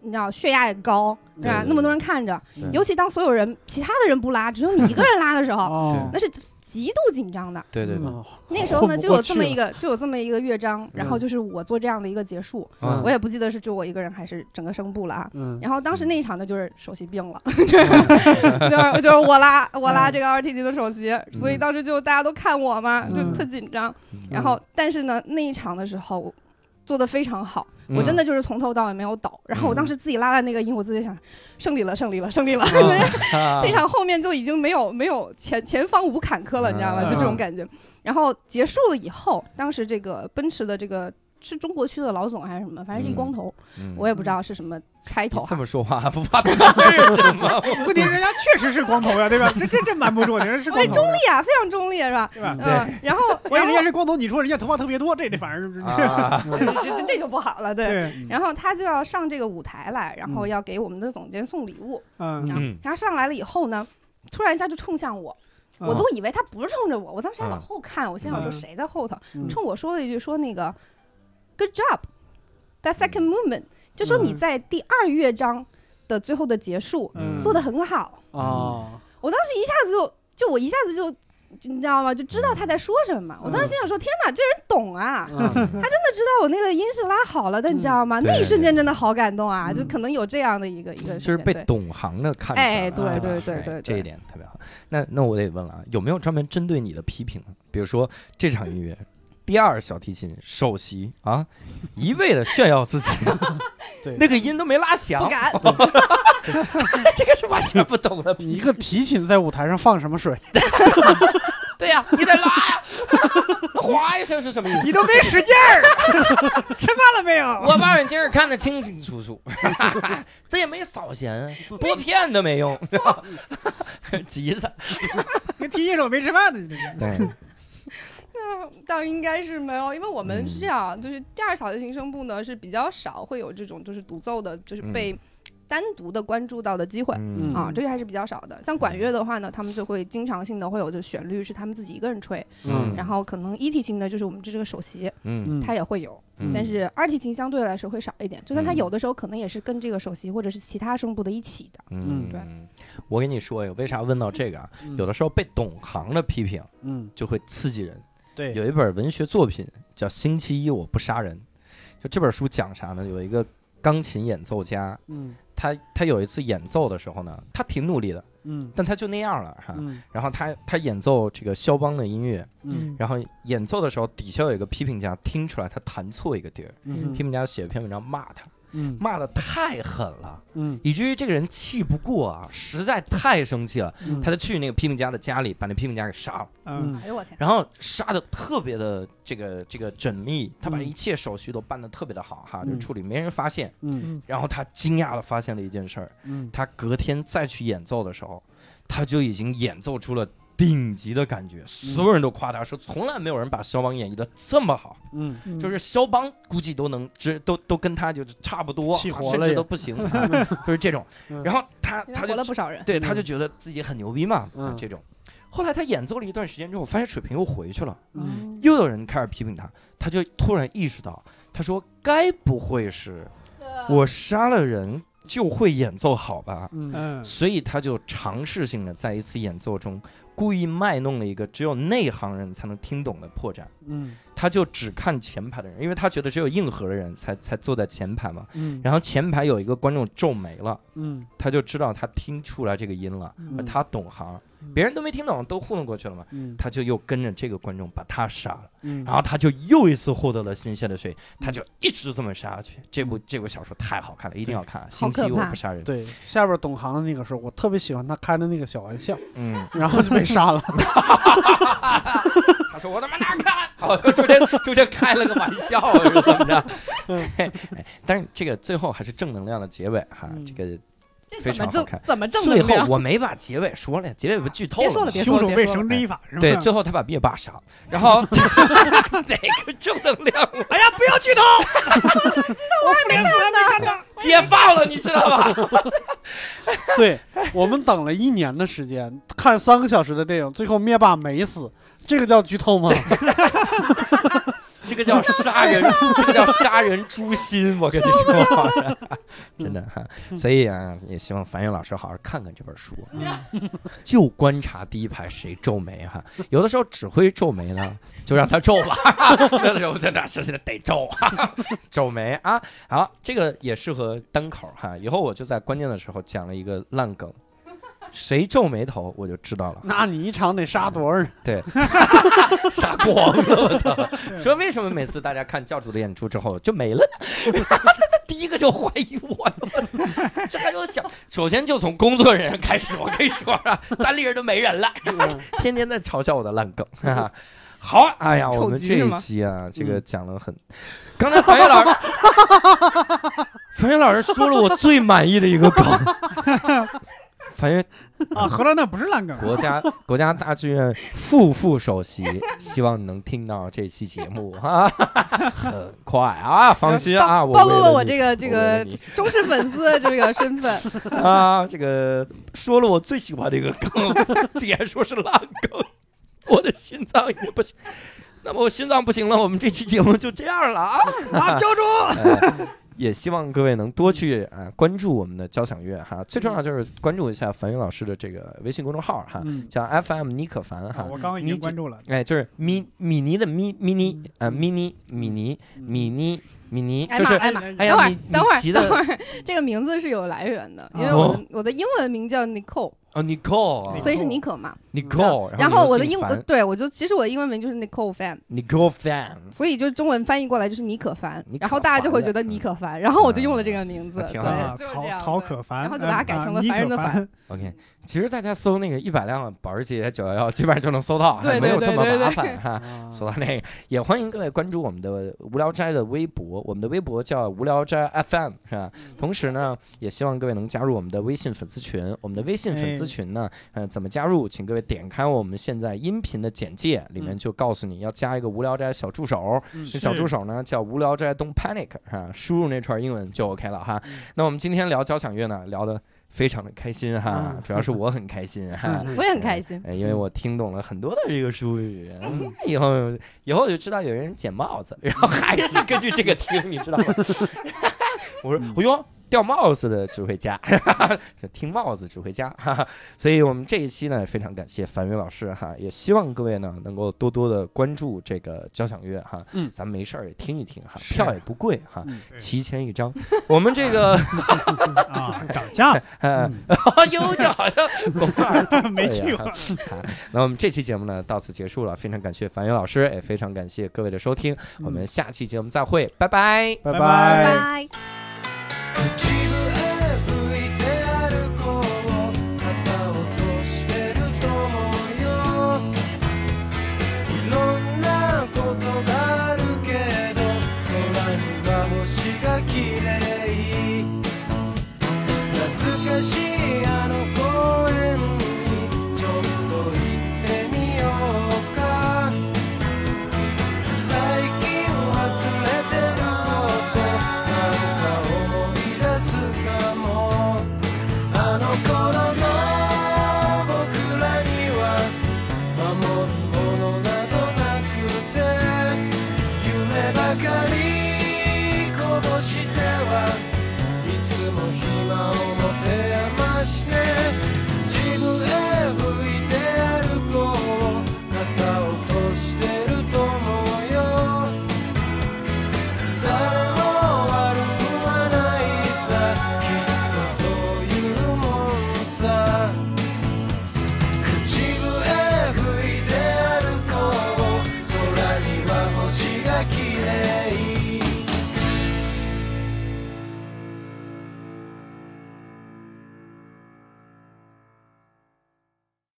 你知道血压也高，对吧？对那么多人看着，对尤其当所有人其他的人不拉，只有你一个人拉的时候，哦那是极度紧张的。对对对，嗯那时候呢，混不就有过这去么了一个，就有这么一个乐章，然后就是我做这样的一个结束，嗯我也不记得是只有我一个人还是整个声部了啊。嗯然后当时那一场呢，就是首席病了， 就是就是我拉我拉这个 RT 级的首席，所以当时就大家都看我嘛，嗯就特紧张嗯。然后但是呢，那一场的时候我做的非常好，嗯我真的就是从头到尾没有倒。然后我当时自己拉完那个音，我自己想，胜利了，胜利了，胜利了。 啊这场后面就已经没有没有前前方无坎坷了，你知道吗？就这种感觉。然后结束了以后，当时这个奔驰的这个。是中国区的老总还是什么？反正是一光头，嗯我也不知啊嗯道是什么开头你这么说话不怕得罪人吗？问题是人家确实是光头呀，对吧？这这这瞒不住的，人家是光头的，对呀，啊非常中立是吧？对吧？嗯，然后万然一人后家是光头，你说人家头发特别多，这这反正是啊， 这这这就不好了，对。对，然后他就要上这个舞台来，然后嗯要给我们的总监送礼物。啊嗯，然后嗯他上来了以后呢，突然一下就冲向我，我都以为他不是冲着我，我当时还往后看，我心想说啊嗯谁在后头嗯，冲我说了一句说那个 “Good job, that second movement”，就说你嗯在第二乐章的最后的结束嗯做的很好。啊，我当时一下子就就我一下子就。就你知道吗？就知道他在说什么。我当时心想说：“天哪，这人懂啊！”嗯真的知道我那个音是拉好了的，你知道吗？对那一瞬间真的好感动啊！嗯就可能有这样的一个一个瞬就间，是被对懂行的看出来哎了，对吧对对哎对这一对点特别好。那那我得问了啊，有没有专门针对你的批评呢？比如说这场音乐，第二小提琴首席啊， 一味的炫耀自己，对 那个音都没拉不响， 敢。 这个是完全不懂的批 一个提琴在舞台上放什么水？对呀、你得拉呀， 哗一声是什么意思？嗯你都没使劲儿， 吃饭了没有？ 我把人今儿看得清清楚 楚，这也没扫弦，啊拨片都没 用，急的。那提新手没吃饭呢，你这是对，倒应该是没有，因为我们是嗯这样， 就是第二小提琴声部呢是比较少会有这种就是独奏的，就是嗯被单独的关注到的机会。嗯啊，这个还是比较少的。像管乐的话呢，他们就会经常性的会有就旋律是他们自己一个人吹， 嗯然后可能一提琴呢就是我们这这个首席，嗯嗯他也会有，嗯但是二提琴相对来说会少一点。就算他有的时候可能也是跟这个首席或者是其他声部的一起的。嗯，对我跟你说呀，为啥问到这个啊？嗯有的时候被懂行的批评嗯，就会刺激人。对，有一本文学作品叫《星期一我不杀人》，就这本书讲啥呢？有一个钢琴演奏家，嗯他他有一次演奏的时候呢，他挺努力的，嗯但他就那样了哈。嗯然后他他演奏这个肖邦的音乐，嗯然后演奏的时候底下有一个批评家听出来他弹错一个地儿，嗯批评家写一篇文章骂他，嗯骂的太狠了，嗯，以至于这个人气不过啊，实在太生气了，嗯他就去那个批评家的家里把那批评家给杀了。嗯，哎呦我天！然后杀的特别的这个这个缜密，他把嗯一切手续都办的特别的好哈，嗯就处理没人发现。嗯然后他惊讶的发现了一件事儿，嗯他隔天再去演奏的时候，他就已经演奏出了顶级的感觉，所有人都夸他说从来没有人把肖邦演绎的这么好，嗯就是肖邦估计都能只都都跟他就是差不多，气活了甚也至都不行， 就是这种嗯。然后他今天他活就了不少人。对，嗯他就觉得自己很牛逼嘛，嗯这种。后来他演奏了一段时间之后，发现水平又回去了。嗯又有人开始批评他，他就突然意识到，他说：“该不会是嗯我杀了人就会演奏好吧？”嗯嗯，所以他就尝试性的在一次演奏中，故意卖弄了一个只有内行人才能听懂的破绽。嗯他就只看前排的人，因为他觉得只有硬核的人才才坐在前排嘛。嗯然后前排有一个观众皱眉了，嗯他就知道他听出来这个音了，嗯而他懂行，别人都没听懂，都糊弄过去了嘛。嗯他就又跟着这个观众把他杀了。嗯，然后他就又一次获得了新鲜的水，嗯他就一直这么杀下去。这部这部小说太好看了，一定要看啊。星期一可我怕不杀人，对下边懂行的那个时候，我特别喜欢他开的那个小玩笑， 嗯，然后就被杀了。他说我他妈哪 看？好，哦中间中间开了个玩笑，是怎么着？ 嗯嘿 哎但是这个最后还是正能量的结尾哈嗯，这个这非怎么常好正看怎么正最能后量？我没把结尾说了，结尾不剧透别说吗了，别说凶了，别手被说了哎绳之以法是吧？对，最后他把灭霸杀了，然后 哪个正能量哎呀，不要 剧透，我不连死还没看到。解放了，你知道吧？ 对我们等了一年的时间，看三个小时的电影，最后灭霸没死，这个叫剧透 吗？ 这个叫杀 人，这个叫杀人诛心，我跟你说， 真的哈。所以啊，也希望樊宇老师好好看看这本书，就观察第一排谁皱眉哈。有的时候指挥皱眉呢，就让他皱吧， 有的时候在那是得皱啊， 皱眉啊。好，这个也适合单口哈。以后我就在关键的时候讲了一个烂梗。谁皱眉头，我就知道了。那你一场得杀多少人？ 杀光了，我操！说为什么每次大家看教主的演出之后就没了呢？他第一个就怀疑我， 这还有想，首先就从工作人员开始，我跟你说啊，单立人都没人了，天天在嘲笑我的烂梗。哈哈 好，哎呀，丑我们橘这是一吗期啊，这个嗯讲了很，刚才樊宇老师，樊宇老师说了我最满意的一个梗，樊宇啊，合着那不是 烂梗，国家国家大剧院副副首席，希望你能听到这期节目啊，很快啊，放心啊，我暴露了我为这个这个你忠实粉丝的这个身 份。你啊，这个说了我最喜欢的一个梗， 竟然说是烂梗，我的心脏也不行。那么我心脏不行了，我们这期节目就这样 了啊！啊，教主，呃也希望各位能多去啊、关注我们的交响乐哈，最重要就是关注一下樊云老师的这个微信公众号哈， 嗯叫 FM 尼可凡哈啊。我刚刚已经关注了，嗯哎，就是米米妮的咪米妮嗯啊，米妮米妮嗯米妮米妮艾就玛，是艾玛，哎等呀会儿你，等会你骑儿，的等会儿，这个名字是有来源的，因为哦我的我的英文名叫 Nicole，哦，Nicole 啊所以是妮可嘛。 Nicole，然后我的英文对我就其实我的英文名就是 Nicole Fan， Nicole Fan，所以就中文翻译过来就是妮可凡妮，可然后大家就会凡觉的得妮可凡，然后我就用了这个名字，嗯挺好啊，对，就是曹这样。曹对可凡，然后就把它呃改成了啊妮凡人可的凡凡 OK，其实大家搜那个一百辆保时捷九幺幺，基本上就能搜到啊，对没有对这么对对麻对烦哈。啊搜到那个，也欢迎各位关注我们的无聊斋的微博，我们的微博叫无聊斋 FM 是吧？嗯同时呢，也希望各位能加入我们的微信粉丝群。我们的微信粉丝哎群呢，呃，怎么加入？请各位点开我们现在音频的简介，里面嗯就告诉你要加一个无聊斋小助手，嗯这小是助手呢叫无聊斋 Don't Panic 哈，输入那串英文就 OK 了哈。嗯那我们今天聊交响乐呢，聊得非常的开心哈，嗯主要是我很开心哈。我也很开心。哎，因为我听懂了很多的这个术语，嗯以后以后我就知道有人捡帽子，然嗯后还是根据这个听，你知道吗？ 我嗯说，我哟，掉帽子的指挥家，就听帽子指挥家， 哈哈。所以我们这一期呢，非常感谢樊宇老师哈，也希望各位呢能够多多的关注这个交响乐哈，嗯咱们没事儿也听一听哈，是票也不贵哈。嗯提前一张， 我们这个啊，涨 价了 呃，哟，这好像广告儿没去过，哎好，那我们这期节目呢到此结束了，非常感谢樊宇老师，也非常感谢各位的收听，我们下期节目再会，拜拜。 拜拜哎拜。拜。口笛いて歩こう旗落としてると思うよいろんなことがあるけど空には星が綺麗懐かしいあの公園にちょっと行ってみようか最近忘れてることなんか思い出すかもあの頃の僕らには守るものなどなくて夢ばかりこぼしてはいつも暇を持て余して自分へ向いて歩こう肩を落としてると思うよ誰も悪くはないさきっとそういうもんさ口笛吹いて歩こう空には星が綺麗